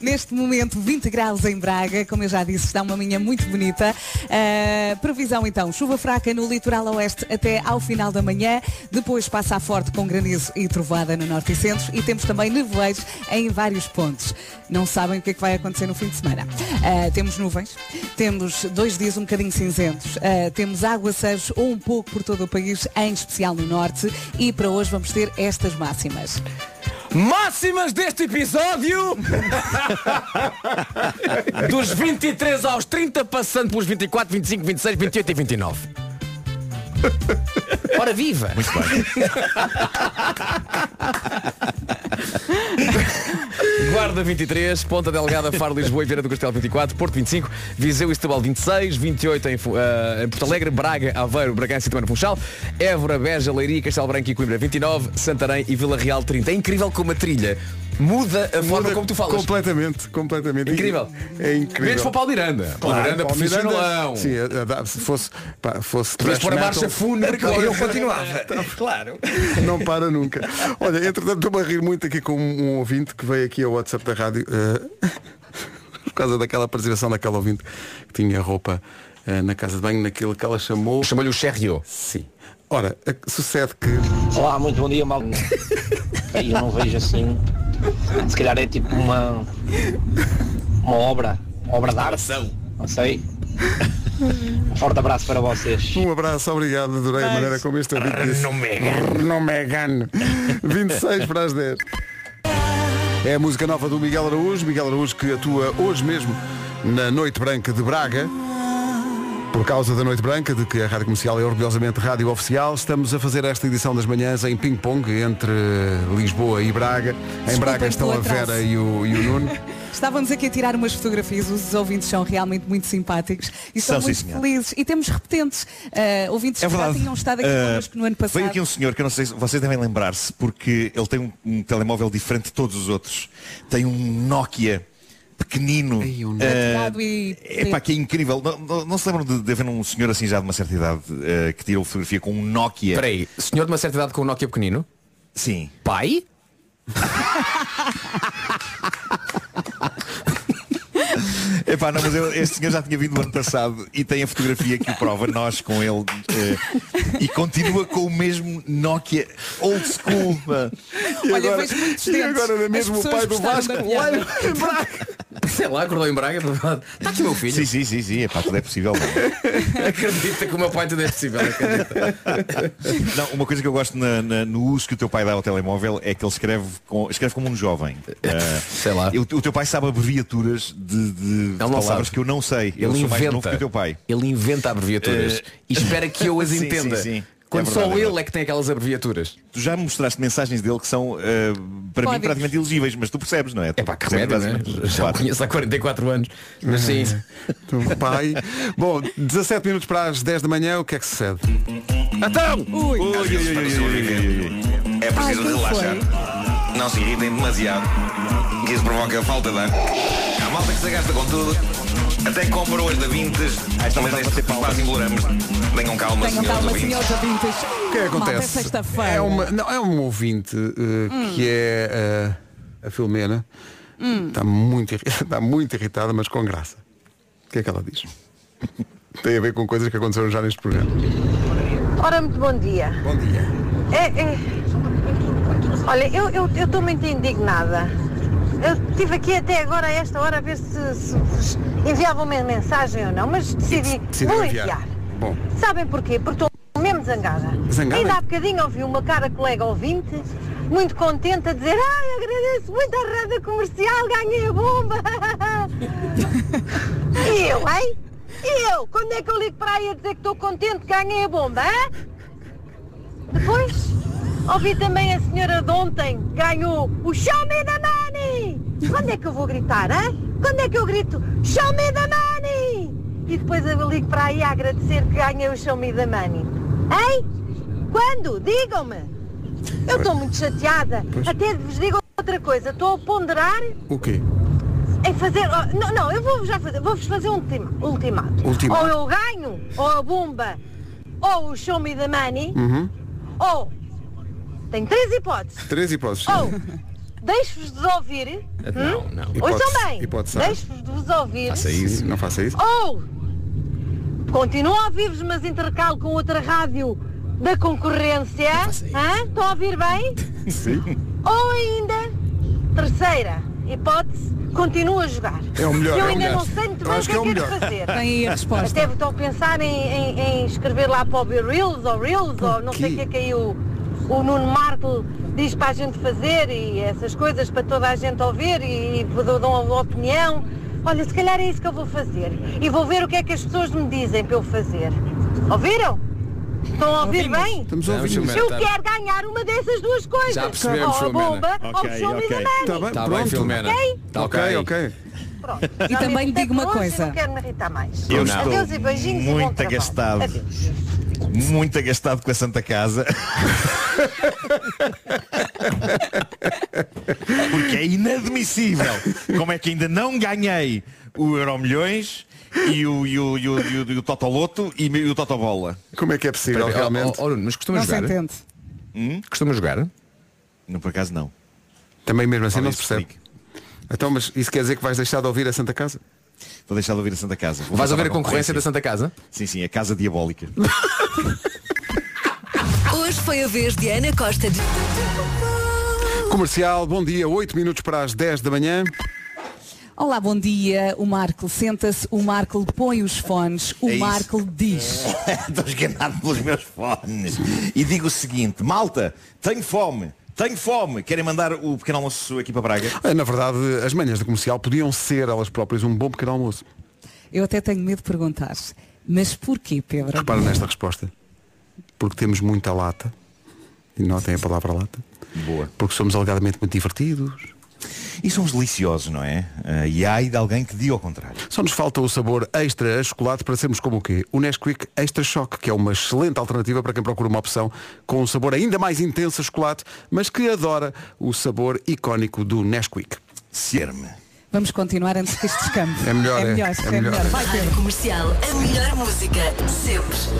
C: Neste momento, 20 graus em Braga, como eu já disse, está uma minha muito bonita. Ah, previsão então, chuva fraca no litoral oeste até ao final da manhã, depois passa a forte com granizo e trovoada no norte e centro e temos também nevoeiros em vários pontos. Não sabem o que é que vai acontecer no fim de semana. Ah, temos nuvens, temos dois dias um bocadinho cinzentos, ah, temos aguaceiros ou um pouco por todo o país, em especial no norte, e para hoje vamos ter estas máximas.
G: Máximas deste episódio! Dos 23 aos 30, passando pelos 24, 25, 26, 28 e 29. Ora viva! Muito bem. Guarda 23, Ponta Delgada, Faro, Lisboa e Vieira do Castelo 24, Porto 25, Viseu e Setúbal 26, 28 em, Fu- eh, em Porto Alegre, Braga, Aveiro, Bragança e também no Funchal, Évora, Beja, Leiria, Castelo Branco e Coimbra 29, Santarém e Vila Real 30. É incrível como a trilha muda a forma como tu falas.
A: Completamente, completamente.
G: Incrível.
A: É incrível.
G: Menos para o Paulo Miranda. Paulo Miranda
A: Paulo
G: profissionalão.
A: Sim, a- a dar- se fosse, pá, fosse
G: Podias
A: thrash
G: pôr a
A: metal,
G: marcha fúnebre.
A: eu
G: continuava.
D: Tá.
B: Claro.
A: Não para nunca. Olha, entretanto, estou-me a rir muito aqui com um, um ouvinte que veio aqui ao WhatsApp da rádio eh, por causa daquela participação daquela ouvinte que tinha roupa eh, na casa de banho, naquilo que ela chamou.
G: Chamou-lhe o Sherrio.
A: Sim. Ora, a- sucede que.
I: Olá, muito bom dia, mal. Eu não vejo assim. Se calhar é tipo uma. Uma obra. Uma obra de arte. Não sei. Um forte abraço para vocês.
A: Um abraço, obrigado, adorei a maneira como este ouvinte disse. Não me engano. Não me engano. 26 para as 10. É a música nova do Miguel Araújo, Miguel Araújo que atua hoje mesmo na Noite Branca de Braga. Por causa da Noite Branca, de que a Rádio Comercial é orgulhosamente rádio oficial, estamos a fazer esta edição das manhãs em ping-pong entre Lisboa e Braga. em
C: Desculpem
A: Braga estão a
C: pelo
A: Vera
C: atraso.
A: e o, e o Nuno.
C: Estávamos aqui a tirar umas fotografias, os ouvintes são realmente muito simpáticos e são,
D: São, sim,
C: muito
D: senhora.
C: felizes. E temos repetentes ah,
A: É
C: ouvintes que já tinham estado aqui
A: Eh,
D: Ah,
C: connosco no ano passado.
D: Veio aqui um senhor que eu não sei se vocês devem lembrar-se, porque ele tem um, um telemóvel diferente de todos os outros. Tem um Nokia pequenino.
A: um,
D: ah,
A: eh,
C: Prateado eh, e-
D: é pá, que é incrível. Não, não- não se lembram de, de haver um senhor assim já de uma certa idade ah, que tirou fotografia com um Nokia?
G: Espera aí, senhor de uma certa idade com um Nokia pequenino?
D: Sim.
G: Pai?
D: Epá, não, mas eu- este senhor já tinha vindo no ano passado e tem a fotografia que o prova, nós com ele. eh, e continua com o mesmo Nokia old school. pá.
A: E Olha, agora- vejo muitos e dentes. agora não é As mesmo o pessoas pai do gostaram Vasco? da piada. Lá em
G: Braga. Sei lá, acordou em Braga. Está aqui o meu filho.
D: Sim, sim, sim, sim. Epá, tudo é possível.
G: Acredita que o meu pai tudo é possível. Acredita.
D: Não, uma coisa que eu gosto na- na- no uso que o teu pai dá ao telemóvel é que ele escreve, com- escreve como um jovem. Sei lá. O, o teu pai sabe abreviaturas de, de- de palavras
G: sabe.
D: que eu não sei. eu
G: Ele
D: sou mais
G: inventa.
D: novo que o teu pai.
G: Ele inventa abreviaturas
D: Eh,
G: e espera que eu as
D: sim,
G: entenda.
D: sim, sim.
G: Quando
D: É
G: só
D: verdade, é
G: ele é que tem aquelas abreviaturas.
D: Tu já me mostraste mensagens dele que são, eh, para mim,
G: Códigos.
D: praticamente elegíveis, mas tu percebes, não é? É para
G: Que remédio, né? Já o conheço há 44 anos. Mas sim.
A: Tu, pai. Bom, 17 minutos para as 10 da manhã, o que é que se cede? Então!
C: Ui.
A: Ui, ui, ui, ui, ui,
M: É preciso
A: Ai, não
M: relaxar. Não se irritem demasiado. que Isso provoca falta de ar. Há malta que se gasta com tudo. Até que compram hoje da Vintes. Mas este quase embolamos. Tenham calma,
C: Tenham
M: senhores
C: calma,
M: ouvintes.
C: senhores ouvintes.
A: O que
C: Malta,
A: é que
C: é
A: acontece?
C: sexta-feira.
A: É uma, não, é um ouvinte eh,
C: Hum.
A: que é eh, a Filomena.
C: Hum.
A: Está muito, irri- está muito irritada, mas com graça. O que é que ela diz? Tem a ver com coisas que aconteceram já neste programa.
N: Ora, muito bom dia.
A: Bom dia.
N: É, é. Olha, eu eu- eu estou muito indignada. Eu estive aqui até agora a esta hora a ver se, se vos enviavam uma mensagem ou não, mas decidi,
A: decidiu
N: vou
A: enviar.
N: enviar.
A: Bom.
N: Sabem porquê? Porque estou mesmo zangada.
A: Zangada?
N: Ainda há bocadinho ouvi uma cara colega ouvinte, muito contente, a dizer ai, agradeço muito à rádio comercial, ganhei a bomba. e eu, hein? E eu? Quando é que eu ligo para aí a dizer que estou contente, que ganhei a bomba, hein? Depois, ouvi também a senhora de ontem, que ganhou o Show Me the Money! Quando é que eu vou gritar, hein? Quando é que eu grito Show Me the Money? E depois eu ligo para aí a agradecer que ganhei o Show Me the Money. Hein? Quando? Digam-me! Eu estou muito chateada. Até vos digo outra coisa, estou a ponderar
A: O quê?
N: em fazer. oh, não, não, eu vou-vos já fazer. Vou-vos fazer um ultima, ultimato.
A: Ultimato.
N: Ou eu ganho, ou a bomba, ou o show me the money,
A: Uhum.
N: ou tenho três hipóteses.
A: Três hipóteses.
N: Ou deixo-vos de ouvir.
D: Uhum.
A: Não,
N: hum?
A: não.
N: Ouçam
A: Hipótese-
N: bem.
A: hipótese A.
N: Deixo-vos de vos ouvir.
A: Faça isso. Não faça isso.
N: Ou continuo a ouvir-vos, mas intercalo com outra rádio da concorrência. Hã? Estão a ouvir bem?
A: Sim.
N: Ou ainda, terceira hipótese, continua a jogar.
A: É o melhor,
N: Eu
A: é o
N: ainda
A: melhor.
N: não sei muito bem o
A: Acho
N: que
A: que
N: é
A: é o
N: que é de
A: melhor.
N: fazer.
A: Tem aí a resposta.
N: Até estou a pensar em, em- em escrever lá para o Be Reels ou Reels ou não sei o que é que aí o, o Nuno Marco diz para a gente fazer e essas coisas para toda a gente ouvir e, e dão a opinião. Olha, se calhar é isso que eu vou fazer. E vou ver o que é que as pessoas me dizem para eu fazer. Ouviram? Estão a ouvir
A: Ouvimos.
N: bem?
A: Estamos a ouvir. Vamos,
N: Eu
A: Filomena,
N: quero ganhar uma dessas duas coisas.
A: Já percebemos,
N: ou a bomba,
A: Filomena.
N: ou o show me the money.
A: Tá bem, pronto.
N: Ok?
A: Tá ok, ok.
N: Já me
C: também
N: irritei
C: digo uma
N: por hoje e
C: coisa.
N: Não quero me irritar mais.
D: Eu
N: Adeus e
D: estou
N: beijinhos e bom
D: muito
N: trabalho.
D: agastado. Muito agastado com a Santa Casa. Porque é inadmissível como é que ainda não ganhei o Euro Milhões e o, e o, e o, e o, e o Totoloto e o Totobola.
A: Como é que é possível, realmente?
G: mas costuma jogar? Costuma jogar?
D: Hum? Não, por acaso não.
A: Também mesmo assim não se percebe. Então, mas isso quer dizer que vais deixar de ouvir a Santa Casa?
D: Vou deixar de ouvir a Santa Casa. Vou
G: Vais
D: passar
G: ouvir a
D: para
G: concorrência da Santa Casa?
D: Sim, sim, a Casa Diabólica.
O: Hoje foi a vez de Ana Costa de.
A: Comercial, bom dia, 8 minutos para as 10 da manhã.
C: Olá, bom dia. O Marco senta-se, o Marco põe os fones, o
D: É isso.
C: Marco diz.
D: Estou esganado pelos meus fones. E digo o seguinte, malta, tenho fome, tenho fome. Querem mandar o pequeno almoço aqui para Braga?
A: Ah, Na verdade, as manhãs da comercial podiam ser elas próprias um bom pequeno almoço.
C: Eu até tenho medo de perguntar. Mas porquê, Pedro?
A: Repara né? nesta resposta. Porque temos muita lata. E notem a palavra lata.
D: Boa.
A: Porque somos alegadamente muito divertidos.
D: E somos deliciosos, não é? Ah, e há aí de alguém que diga ao contrário.
A: Só nos falta o sabor extra a chocolate para sermos como o quê? O Nesquik Extra Choque, que é uma excelente alternativa para quem procura uma opção com um sabor ainda mais intenso a chocolate, mas que adora o sabor icónico do Nesquik.
D: Serme.
C: Vamos continuar antes que isto descampe.
A: É melhor,
C: é
A: é.
C: melhor,
A: É
C: é
A: melhor.
C: melhor. Vai, Pedro.
O: Comercial, a melhor música sempre.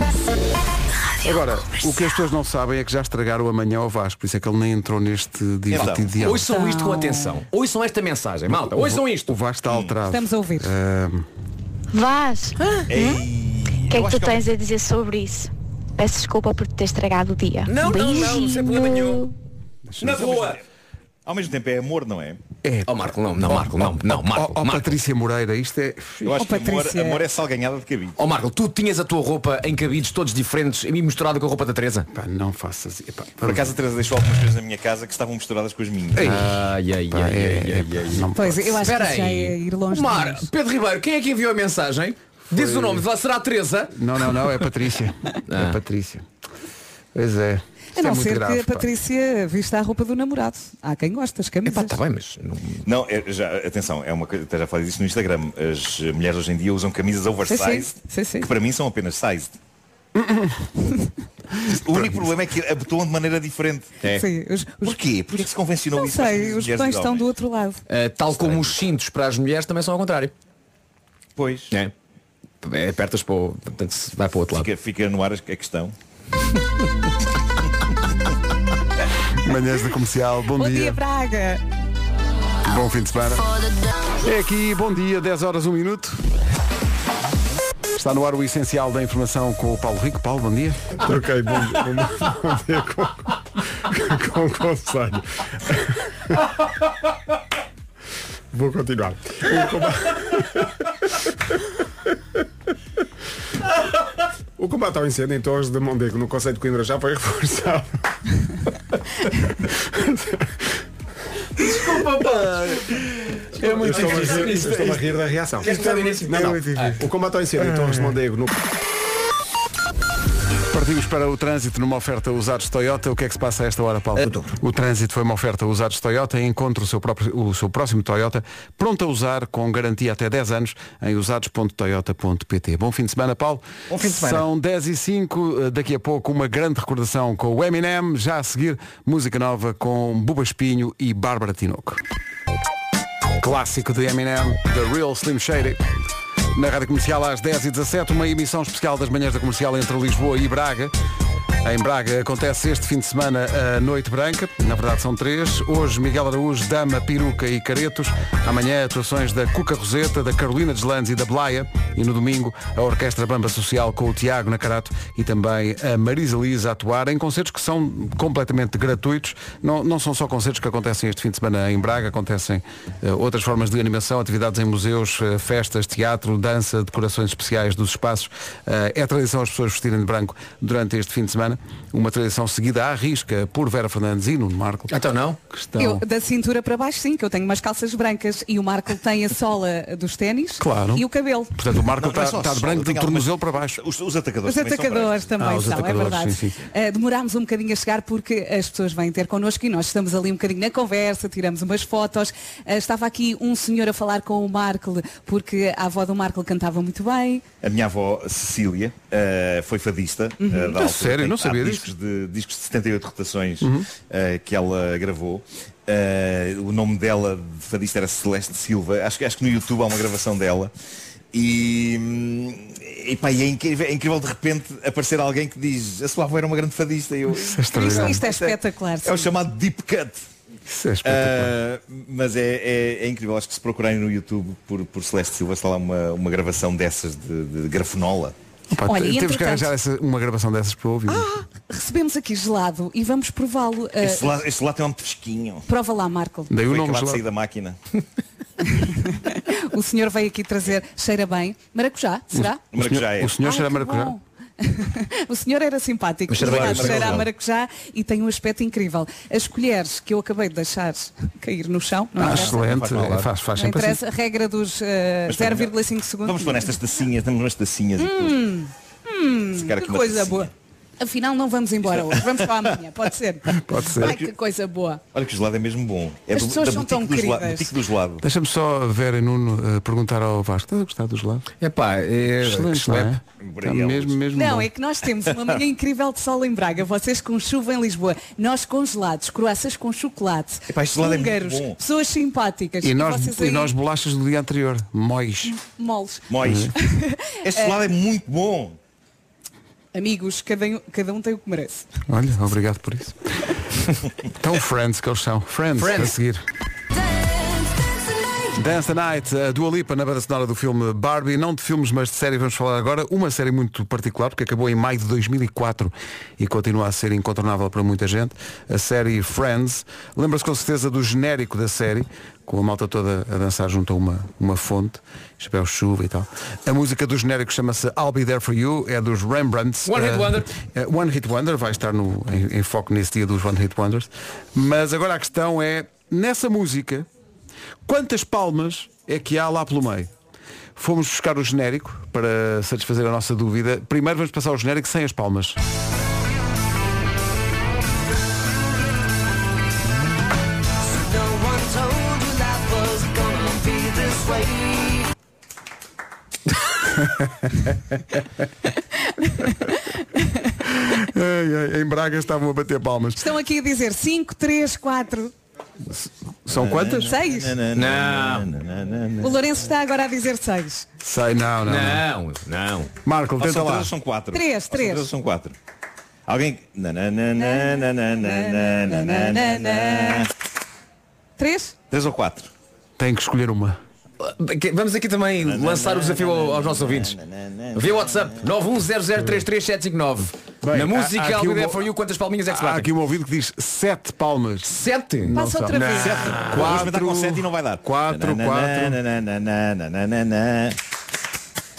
A: Agora, o que as pessoas não sabem é que já estragaram amanhã ao Vasco, por isso é que ele nem entrou neste divertido
G: Então,
A: diálogo.
G: ouçam isto com atenção. Ouçam esta mensagem, malta. Ouçam isto. Hum.
A: O Vasco está alterado.
C: Estamos a
A: É.
C: ouvir.
A: Ahm,
P: Vaz, o que é
A: eu
P: que
A: acho
P: tu
A: que
D: um
A: é
P: tens a dizer sobre isso? Peço desculpa por te ter estragado o dia.
D: Não, não, não, sem problema
P: nenhum.
D: Na boa! Ao mesmo tempo é amor, não é?
A: é,
G: Oh, Marco, não, não, Marco, não, não, Marco.
A: ó, Patrícia Moreira, isto é.
D: Eu acho
G: Oh,
D: que amor,
G: Patrícia.
D: amor é salganhada de cabide.
G: Ó Marco, tu tinhas a tua roupa em cabides todos diferentes e misturada com a roupa da Teresa?
A: Pá, não faças.
D: Por acaso a Teresa deixou algumas coisas na minha casa que estavam misturadas com as minhas.
G: Ei. Ai, ai, ai,
A: é,
G: ai, ai,
C: Pois, eu acho
G: Espera
C: que isso já é ir longe
G: Mar,
C: demais.
G: Pedro Ribeiro, quem é que enviou a mensagem? Diz o nome, será a Teresa?
A: Não, não, não, é Patrícia. É Patrícia. Pois é.
C: A
A: Isto é
C: não
A: muito
C: ser
A: grave.
C: que a Patrícia vista a roupa do namorado. Há quem gosta, as camisas.
A: tá
G: Está bem, mas não...
D: Não, é, já, atenção, é uma coisa, até já falei disso no Instagram. As eh, mulheres hoje em dia usam camisas oversized,
C: Sim, sim, sim.
D: que para mim são apenas sized. o único problema é que abotoam de maneira diferente.
C: Sim, os- os-
D: Porquê? Porquê que se convencionou
C: Não
D: isso? para as
C: sei, os
D: mulheres
C: botões
D: de
C: estão
D: homens?
C: do outro lado.
G: Uh, tal como os cintos para as mulheres também são ao contrário.
D: Pois.
G: É. É, Apertas para o. Portanto, se vai para o outro lado.
D: Fica, fica no ar a questão.
A: Manhãs da comercial, bom,
C: Bom
A: dia.
C: dia, Braga.
A: Bom fim de semana. É aqui, bom dia, 10 horas 1 minuto. Está no ar o essencial da informação com o Paulo Rico. Paulo, bom dia.
K: Troquei bom, bom- bom dia com, com, conselho. Vou continuar. O combate... O combate ao incêndio em Torres de Mondego no Conselho de Coimbra já foi reforçado.
G: Desculpa,
K: Eu estou a rir- eu estou a rir da reação.
G: Isto é muito
K: Não, não. O combate ao incêndio em Torres de Mondego no...
A: Partimos para o trânsito numa oferta usados Toyota. O que é que se passa a esta hora, Paulo?
B: Então.
A: O trânsito foi uma oferta usados Toyota. Encontre o seu, próprio, o seu próximo Toyota pronto a usar com garantia até 10 anos em usados.toyota.pt. Bom fim de semana, Paulo.
B: Bom fim de semana.
A: São 10 e 5 Daqui a pouco uma grande recordação com o Eminem. Já a seguir, música nova com Buba Espinho e Bárbara Tinoco. Clássico de Eminem, The Real Slim Shady. Na Rádio Comercial às 10h17, uma emissão especial das manhãs da comercial entre Lisboa e Braga. Em Braga acontece este fim de semana a Noite Branca, na verdade são três. Hoje Miguel Araújo, Dama, Peruca e Caretos. Amanhã atuações da Cuca Roseta, da Carolina Deslandes e da Blaia. E no domingo a Orquestra Bamba Social com o Tiago Nacarato e também a Marisa Liz a atuar em concertos que são completamente gratuitos. Não, não são só concertos que acontecem este fim de semana em Braga, acontecem eh, outras formas de animação, atividades em museus, eh, festas, teatro, dança, decorações especiais dos espaços. Eh, é tradição as pessoas vestirem de branco durante este fim de semana. Uma tradição seguida à risca por Vera Fernandes e Nuno Marco.
G: Então não?
A: Que estão...
C: Eu, da cintura para baixo, sim, que eu tenho umas calças brancas e o Marco tem a sola dos ténis
A: Claro.
C: e o cabelo.
A: Portanto, o Marco
D: Não, não é
A: está
D: só
A: está de
D: sol,
A: branco
D: tem
A: do
D: algumas-
A: tornozelo para baixo.
D: Os, os atacadores
C: Os
D: também são brancos.
C: atacadores também
A: Ah, os
C: são, é
A: atacadores,
C: verdade.
A: sim, sim.
C: Eh, demorámos um bocadinho a chegar porque as pessoas vêm ter connosco e nós estamos ali um bocadinho na conversa, tiramos umas fotos. Eh, estava aqui um senhor a falar com o Marco porque a avó do Marco cantava muito bem.
D: A minha avó Cecília eh, foi fadista. eh, da altura.
A: Uhum. É sério?
D: Há
A: Não sabia Uhum.
D: discos de, discos de 78 rotações eh, que ela gravou. Eh, o nome dela de fadista era Celeste Silva. Acho, que- acho que no YouTube há uma gravação dela. E, hum, e pá, e é, incrível, é incrível de repente aparecer alguém que diz a sua avó era uma grande fadista. E Eu,
C: Isto, isto é espetacular.
D: é o
C: sim.
D: chamado deep cut.
A: é
D: Ah, mas é, é- é incrível, acho que se procurarem no YouTube por, por Celeste Silva está lá uma, uma gravação dessas de, de grafonola.
A: Eh, Pá,
C: Olha,
A: te-
C: e
A: temos
C: entretanto-
A: que
C: Ah!
A: arranjar essa- uma gravação dessas para ouvir.
C: Recebemos aqui gelado e vamos prová-lo. Eh,
D: Este lá, este lá tem um pesquinho.
C: prova lá, Marco.
A: Daí o
D: Foi
A: nome
D: acabado de
A: gelado.
D: é sair da máquina.
C: O senhor veio aqui trazer, cheira bem, maracujá, será?
A: O senhor,
D: Maracujá é.
A: o senhor
C: Ai,
A: será
C: que
A: maracujá?
C: bom. o senhor era simpático.
G: Mas cheira bem,
C: Por acaso
G: cheira
C: cheira a
G: bem.
C: maracujá e tem um aspecto incrível. As colheres que eu acabei de deixar cair no chão, não
A: Ah,
C: interessa.
A: excelente.
D: Faz mal,
A: É, faz- faz
C: Não
A: sempre assim.
C: interessa, a regra dos eh,
D: Mas espera,
C: 0,5 segundos.
D: Vamos pôr nestas tacinhas, damos umas tacinhas.
C: Hum, hum,
D: Se calhar
C: que
D: com uma
C: coisa
D: tacinha.
C: boa. Afinal, não vamos embora hoje. Vamos para amanhã, pode ser?
A: Pode ser.
C: Ai, que coisa boa.
D: Olha que o gelado é mesmo bom. É
C: As
D: do-
C: pessoas
D: da
C: são
D: boutique
C: tão
D: do gelado-
C: queridas.
D: boutique do gelado.
A: Deixa-me só, Vera e Nuno, eh, perguntar ao Vasco. Estás a gostar do gelado?
G: Epá, é...
A: Excelente, não é? Está mesmo, mesmo
C: Não,
A: bom.
C: é que nós temos uma manhã incrível de sol em Braga, vocês com chuva em Lisboa, nós congelados, croaças com chocolate,
A: Epá, este gelado é muito
C: húngaros,
A: bom.
C: pessoas simpáticas
A: E nós,
C: vocês
A: e
C: aí
A: nós bolachas do dia anterior. Mois.
C: moles.
A: Mois.
D: Este gelado é muito bom.
C: Amigos, cada um, cada um tem o que merece.
A: Olha, obrigado por isso. Tão friends que eles são. Friends,
C: Friends.
A: a seguir. Dance the Night, a Dua Lipa na banda sonora do filme Barbie, não de filmes, mas de série vamos falar agora, uma série muito particular, porque acabou em maio de 2004 e continua a ser incontornável para muita gente, a série Friends. Lembra-se com certeza do genérico da série, com a malta toda a dançar junto a uma, uma fonte, chapéu de chuva e tal. A música do genérico chama-se I'll Be There For You, é dos Rembrandts.
G: One Hit
A: Eh,
G: Wonder.
A: eh, One Hit Wonder, vai estar no, em, em foco nesse dia dos One Hit Wonders. Mas agora a questão é, nessa música, quantas palmas é que há lá pelo meio? Fomos buscar o genérico para satisfazer a nossa dúvida. Primeiro vamos passar o genérico sem as palmas. Ai, ai, em Braga estavam a bater palmas.
C: Estão aqui a dizer 5, 3, 4.
A: São quantas?
C: Seis. O Lourenço está agora a dizer 6.
A: Sei, não, não.
G: Não, não.
A: Marco,
D: Ou
A: tenta
D: são
A: lá.
D: três ou são quatro?
C: Três,
D: Ou são
C: três.
D: ou são quatro? Alguém... Na, na, na, na, na, na, na, na, na, na, na.
C: 3?
D: Três ou quatro?
A: Tem que escolher uma.
G: Vamos aqui também lançar o desafio ao- aos nossos ouvintes. Via WhatsApp 910033759.
A: Bem,
G: Na música
A: há- há aqui
G: I'll Be
A: um
G: There
A: bo-
G: For You, quantas palminhas é que se
A: Há
G: batem?
A: aqui um ouvido que diz sete palmas.
G: Sete?
A: Não
G: Passa outra
A: sabe.
G: vez.
A: Não.
G: Sete.
D: Vou experimentar com sete e não vai dar.
A: Quatro,
D: Na, na,
A: quatro.
D: na, na, na, na, na, na, na, na.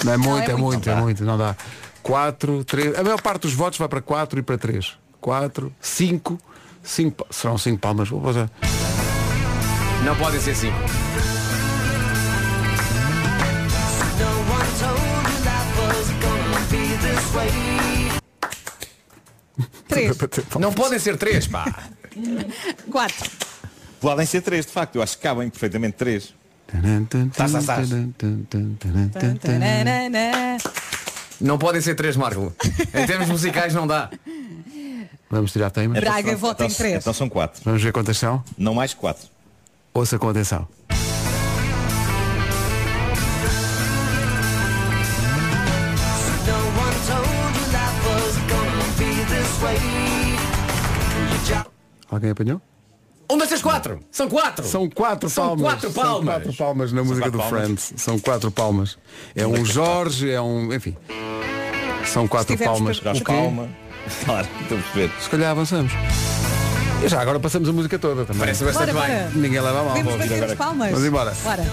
A: Não é
D: Não,
A: muito,
D: é
A: é
D: muito.
A: muito, é muito, não dá. 4, 3. A maior parte dos votos vai para 4 e para 3. 4, 5, 5. Serão 5 palmas. Vou passar.
G: Não podem ser cinco.
C: Três.
G: Não podem ser três, pá.
C: 4.
D: Podem ser três, de facto. Eu acho que cabem perfeitamente três.
A: Tá,
G: Não podem ser três, Marco. Em termos musicais não dá.
A: Vamos tirar a teima.
D: Então são- então- Então são quatro.
A: Vamos ver quantas são?
D: Não mais quatro.
A: Ouça com atenção. Alguém apanhou?
G: Um, dois, três, quatro. São quatro.
A: São quatro
G: São
A: palmas.
G: quatro
A: São
G: palmas.
A: quatro palmas na música do
G: quatro palmas.
A: Friends. São quatro palmas. É um Jorge, é um. Enfim. São quatro
D: Tivemos
A: palmas.
D: que- Jorge
A: O quê?
D: Palma. Claro, estou a perceber.
A: Se calhar avançamos. E já agora passamos a música toda também.
G: Parece bastante
C: Bora, bem. bora.
A: Ninguém leva a mal.
C: Podemos
A: Vou ouvir
C: bater as
A: agora.
C: palmas.
A: Vamos embora.
C: Bora.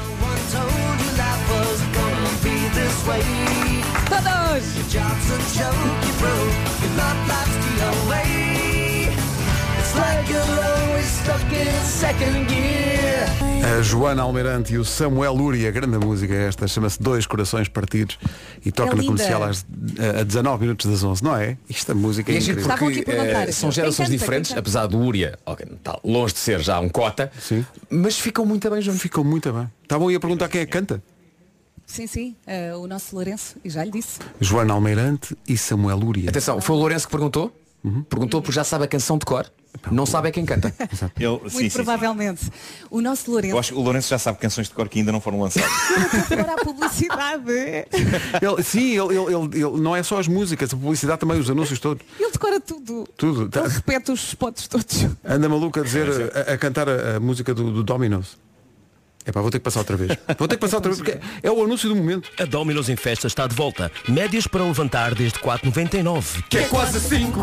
A: A Joana Almeirante e o Samuel Luri, a grande música é esta, chama-se Dois Corações Partidos e toca
C: É
A: na
C: linda.
A: comercial às, a 19 minutos das 11, não é? Esta música é
G: E é giro
A: incrível.
C: Estavam aqui a
G: porque
C: perguntar. assim,
G: eh, são
C: Quem
G: gerações
C: canta, quem
G: diferentes,
C: canta?
G: apesar do Uria, ok, tá longe de ser já um cota, mas ficam muito bem juntos.
A: Ficam muito bem. Estavam aí a perguntar quem é que canta?
C: Sim, sim, eh, o nosso Lourenço, e já lhe disse.
A: Joana Almeirante e Samuel Lúria.
G: Atenção, foi o Lourenço que perguntou? Perguntou porque já sabe a canção de cor, não sabe é quem canta.
D: Eu,
C: Muito
D: sim, sim, sim.
C: provavelmente. O nosso Lourenço
D: Eu acho que o Lourenço já sabe canções de cor que ainda não foram lançadas.
C: agora a publicidade.
A: Ele- sim, ele, ele- ele- ele- não é só as músicas, a publicidade também, os anúncios todos.
C: Ele decora tudo.
A: Tudo. Tá-
C: Ele repete os spots todos.
A: Anda maluco a dizer, a, a cantar a, a música do, do Dominos. É pá, vou ter que passar outra vez. Vou ter que passar outra vez porque é o anúncio do momento.
Q: A Dominos em Festa está de volta. Médias para levantar desde 4,99.
O: Que é quase 5,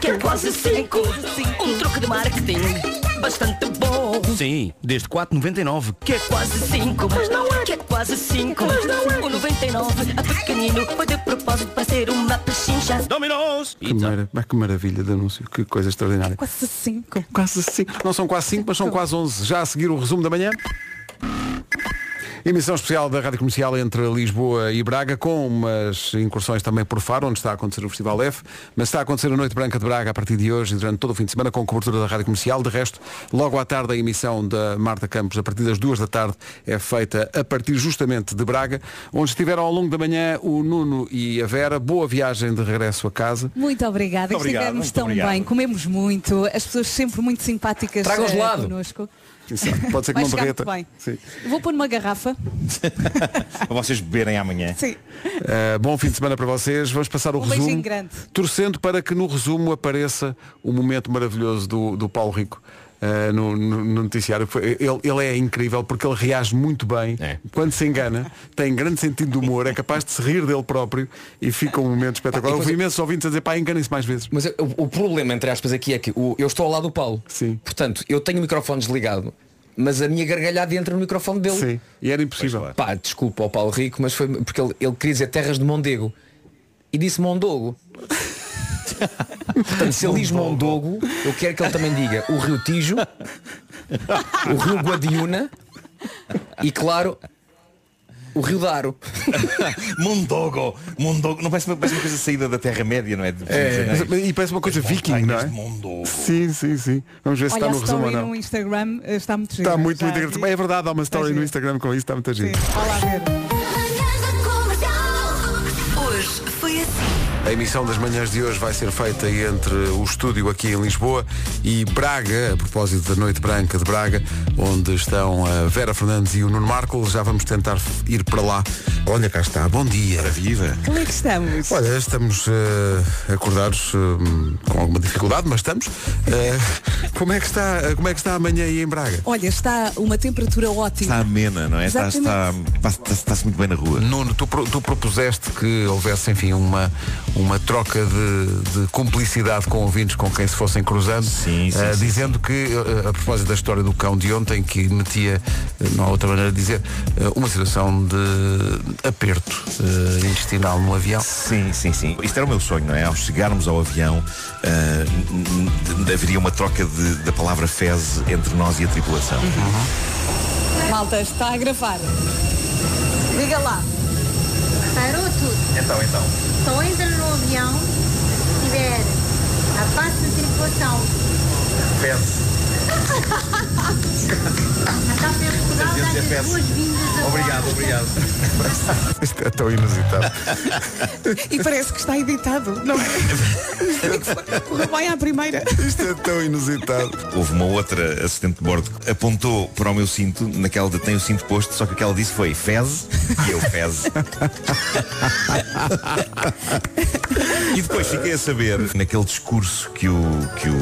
O: que é quase 5, um truque de marketing bastante bom.
Q: Sim, desde 4,99.
O: Que é quase 5, mas não é. Que é quase 5, mas não é. O 99 a pequenino foi de propósito para ser uma pechincha.
Q: Dominos!
A: Que, mara- mas que maravilha de anúncio, que coisa extraordinária.
C: Quase 5.
A: Quase 5. Não são quase 5, mas são quase 11. Já a seguir o resumo da manhã. Emissão especial da Rádio Comercial entre Lisboa e Braga, com umas incursões também por Faro, onde está a acontecer o Festival F, mas está a acontecer a Noite Branca de Braga a partir de hoje e durante todo o fim de semana com cobertura da Rádio Comercial. De resto, logo à tarde a emissão da Marta Campos, a partir das duas da tarde, é feita a partir justamente de Braga, onde estiveram ao longo da manhã o Nuno e a Vera. Boa viagem de regresso a casa.
C: Muito obrigada,
A: Muito obrigado,
C: estivemos
A: muito
C: tão
A: obrigado.
C: bem, comemos muito, as pessoas sempre muito simpáticas
A: Traga os
C: eh,
A: lado.
C: connosco.
A: Quem sabe, Pode ser que
C: Vai
A: não
C: chegar
A: derreta.
C: muito bem.
A: Sim.
C: Vou pôr numa garrafa.
D: Para vocês beberem amanhã.
C: Sim.
A: Uh, bom fim de semana para vocês. Vamos passar o
C: Um beijinho
A: resumo.
C: grande.
A: Torcendo para que no resumo apareça o momento maravilhoso do, do Paulo Rico. uh, no, no- no noticiário Foi- ele, ele é incrível porque ele reage muito bem quando se engana tem grande sentido de humor é capaz de se rir dele próprio e fica um momento espetacular houve imensos ouvintes a dizer pá enganem-se mais vezes
R: Mas eu- o, problema, entre aspas, aqui é que o- eu estou ao lado do Paulo. Sim. Portanto, eu tenho o microfone desligado, mas a minha gargalhada entra no microfone dele.
A: Sim. E era impossível.
R: Pá, desculpa ao Paulo Rico, mas foi porque ele, ele queria dizer terras de Mondego. E disse Mondego. Portanto, se ele diz Mondego, eu quero que ele também diga o Rio Tijo, o Rio Guadiúna e, claro, o Rio Daro.
D: Mondogo, Mondogo, não parece uma, parece uma coisa saída da Terra-média, não é? De-
A: É.
D: dos anéis.
A: Mas- e parece uma coisa
D: As
A: viking não é? sim sim sim vamos ver se
C: Olha,
A: está
C: a
A: no resumo ou
C: story
A: não
C: no Instagram eh, está muito
A: está
C: gira,
A: muito
C: já
A: muito
C: vi.
A: engraçado é verdade há uma story no Instagram com isso está muito giro
O: Hoje foi assim.
A: A emissão das manhãs de hoje vai ser feita entre o estúdio aqui em Lisboa e Braga, a propósito da Noite Branca de Braga, onde estão a Vera Fernandes e o Nuno Marco. Já vamos tentar ir para lá. Olha, cá está. Bom dia. viva.
C: Como é que estamos?
A: Olha, estamos eh, acordados eh, com alguma dificuldade, mas estamos. Eh, como, é que está, como é que está amanhã aí em Braga?
C: Olha, está uma temperatura ótima.
D: Está amena, não é? Está- está-
C: Exatamente.
D: está- Está-se muito bem na rua.
A: Nuno, tu, pro- tu propuseste que houvesse, enfim, uma, uma troca de, de cumplicidade com ouvintes com quem se fossem cruzando, eh,
D: sim,
A: dizendo que, eh, a propósito da história do cão de ontem, que metia, eh, não há outra maneira de dizer, eh, uma situação de aperto eh, intestinal no avião.
D: Sim, sim, sim. Isto era o meu sonho, não é? Ao chegarmos ao avião, ah, n- n- haveria uma troca de- da palavra fez entre nós e a tripulação.
F: Malta, está a gravar. Diga lá.
S: Parou tudo.
D: Então, então.
S: Só entra no avião se tiver a parte de tripulação. A TAP em Portugal
D: Devia dizer
S: dá-lhe as
D: peço.
S: boas-vindas a
D: Obrigado, obrigado.
A: Isto é tão inusitado.
F: E parece que está editado. Não é? Correu bem à primeira.
A: Isto é tão inusitado.
D: Houve uma outra assistente de bordo que apontou para o meu cinto, naquela de tem o cinto posto, só que aquela disse foi fez e eu fez. e depois fiquei a saber, naquele discurso que o, que o,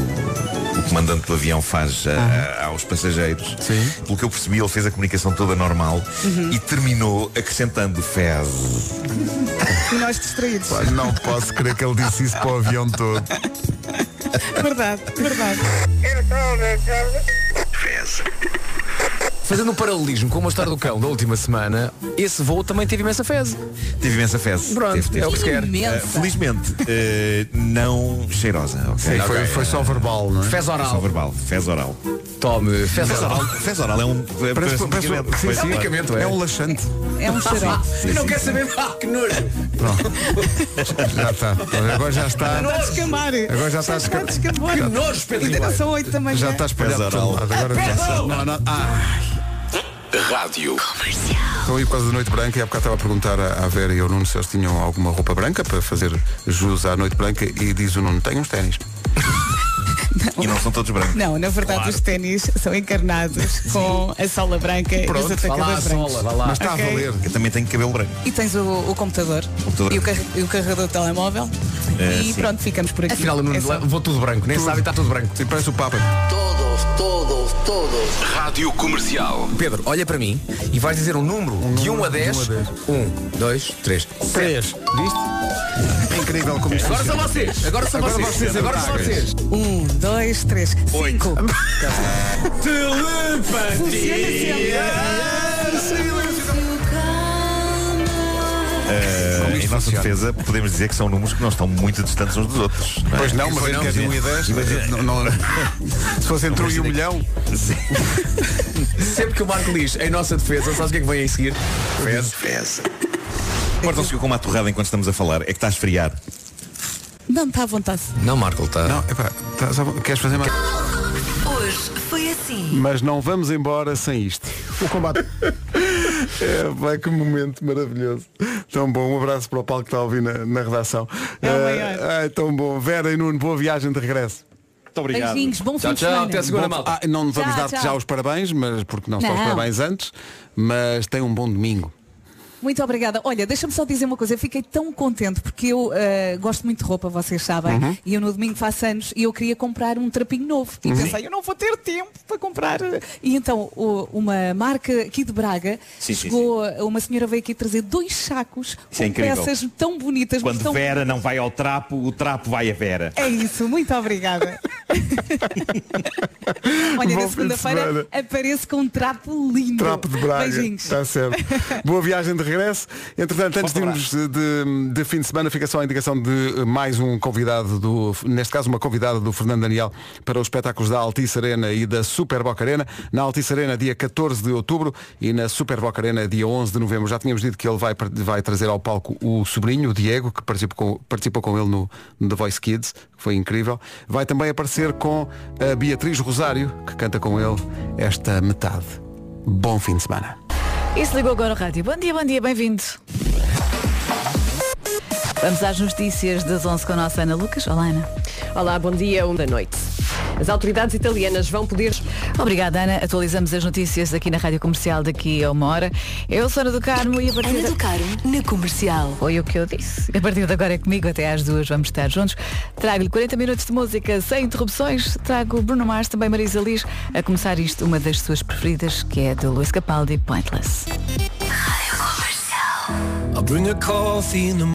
D: o comandante do avião faz a- a- aos passageiros, pelo que eu percebi, ele fez a comunicação toda normal
F: Uhum.
D: e terminou acrescentando fez.
F: E nós distraídos.
A: não posso crer que ele disse isso para o avião todo.
F: Verdade, verdade.
G: Fazendo um paralelismo com o Mostar do Cão da última semana, esse voo também teve imensa fezes.
D: Teve imensa fezes.
G: Pronto,
D: Teve, teve.
G: é o que se quer.
D: Eh, felizmente, eh, não cheirosa. ok?
G: Sim, foi-
D: Ok,
G: foi
D: eh,
A: só verbal, não é?
G: Fez oral.
D: Só verbal, fez oral.
G: Tome,
D: fez oral. Fez oral é um. é-
A: Parece-
D: um
A: parece-
D: medicamento.
A: sim,
D: Pois
A: sim,
D: é.
A: medicamento, é. É um laxante.
C: É um xarope.
D: Eu não
G: quero saber, pá, que nojo.
A: Já está. Agora já está.
F: Não a descambar.
A: Agora já está a descambar.
F: Que nojo, Pedro. Ainda são oito da manhã.
A: Já está espalhado por todo lado. Agora já está. Não há nada.
M: Rádio.
A: Estão aí por causa da noite branca Então, e há bocado estava a perguntar à à Vera e ao Nuno se eles tinham alguma roupa branca para fazer jus à noite branca e diz o Nuno, tenho uns ténis.
D: E não são todos brancos.
F: Não, na verdade os ténis são encarnados com a sola branca e os atacadores brancos. Ok?
D: Eu também tenho cabelo branco.
C: E tens o, o computador,
D: Computador.
C: E, o car- e o carregador do telemóvel.
D: Eh,
C: e
D: sim.
C: pronto, ficamos por aqui.
G: Afinal, eu
C: É só-
G: vou tudo branco, nem sabe, está tudo branco.
A: Sim, parece o Papa.
O: Todos, todos,
T: todo. Rádio Comercial.
R: Pedro, olha para mim e vais dizer um número, de 1 a 10. 1, 2, 3. 3. Viste?
A: É incrível como isto
R: Agora são
A: funciona.
R: vocês. Agora são
A: Agora
R: vocês.
A: vocês,
R: agora são
A: apagas.
R: vocês.
C: Um, dois, três, cinco.
D: Eh, em nossa defesa, podemos dizer que são números que não estão muito distantes uns dos outros. é?
A: Pois não, uma
D: Pois
A: vez que é de
D: quer
A: 1 e
D: dizer,
A: 10,
D: imagina-
A: se fosse entre um e um
D: Imagina-
A: milhão,
R: Sempre que o Marco diz em nossa defesa, sabes o que é que vem a seguir?
D: Fez. Fez. Portam-se com uma torrada enquanto estamos a falar. É que está a esfriar.
C: Não está à vontade.
R: Não, Marco, está.
A: Não, epá, tá, sabe, queres fazer mais?
O: Hoje foi assim.
A: Mas não vamos embora sem isto. O combate. é, vai que momento maravilhoso. Tão bom. Um abraço para o Paulo que está a ouvir na, na redação. É, ai, tão bom. Vera e Nuno, boa viagem de regresso. Muito
C: obrigado. Beijinhos, bom Tchau, fim de tchau, semana. até a segunda, malta.
A: Ah, não vamos
C: Tchau,
A: dar-te
C: tchau.
A: já os parabéns, mas porque não, só os
C: Não.
A: parabéns antes, mas tem um bom domingo.
C: Muito obrigada. Olha, deixa-me só dizer uma coisa. Eu fiquei tão contente porque eu eh, gosto muito de roupa, vocês sabem.
A: Uhum.
C: E eu no domingo faço anos e eu queria comprar um trapinho novo. E
F: Uhum.
C: pensei, eu não vou ter tempo para comprar. E então o- uma marca aqui de Braga
D: Sim, sim,
C: chegou, uma senhora veio aqui trazer dois sacos
D: Isso
C: com
D: é incrível.
C: peças tão bonitas. mas
D: Quando
C: tão...
D: Vera não vai ao trapo, o trapo vai a Vera.
C: É isso, muito obrigada. Olha,
A: Bom fim
C: na
A: de
C: segunda-feira
A: semana.
C: apareço com um trapo lindo.
A: Trapo de Braga. Tá.
C: Beijinhos.
A: Está certo. Boa viagem de regresso. Entretanto, antes de irmos de, de fim de semana, fica só a indicação de mais um convidado do, neste caso uma convidada do Fernando Daniel para os espetáculos da Altice Arena e da Super Boca Arena. Na Altice Arena dia 14 de outubro e na Super Boca Arena dia 11 de novembro. Já tínhamos dito que ele vai, vai trazer ao palco o sobrinho, o Diego, que participou com, participou com ele no, no The Voice Kids, que foi incrível. Vai também aparecer com a Beatriz Rosário, que canta com ele esta metade. Bom fim de semana.
U: E se ligou agora o rádio. Bom dia, bom dia, bem-vindo. Vamos às notícias das 11 com a nossa Ana Lucas. Olá, Ana.
V: Olá, bom dia, um da noite. As autoridades italianas vão poder.
U: Obrigada, Ana. Atualizamos as notícias aqui na Rádio Comercial daqui a uma hora. Eu sou Ana do Carmo e a partir Ana do Carmo, na Comercial. Foi o que eu disse. A partir de agora é comigo, até às duas vamos estar juntos. Trago-lhe 40 minutos de música sem interrupções. Trago Bruno Mars, também Marisa Liz, a começar isto, uma das suas preferidas, que é do Luís Capaldi, Pointless.
Q: I'll bring a coffee in the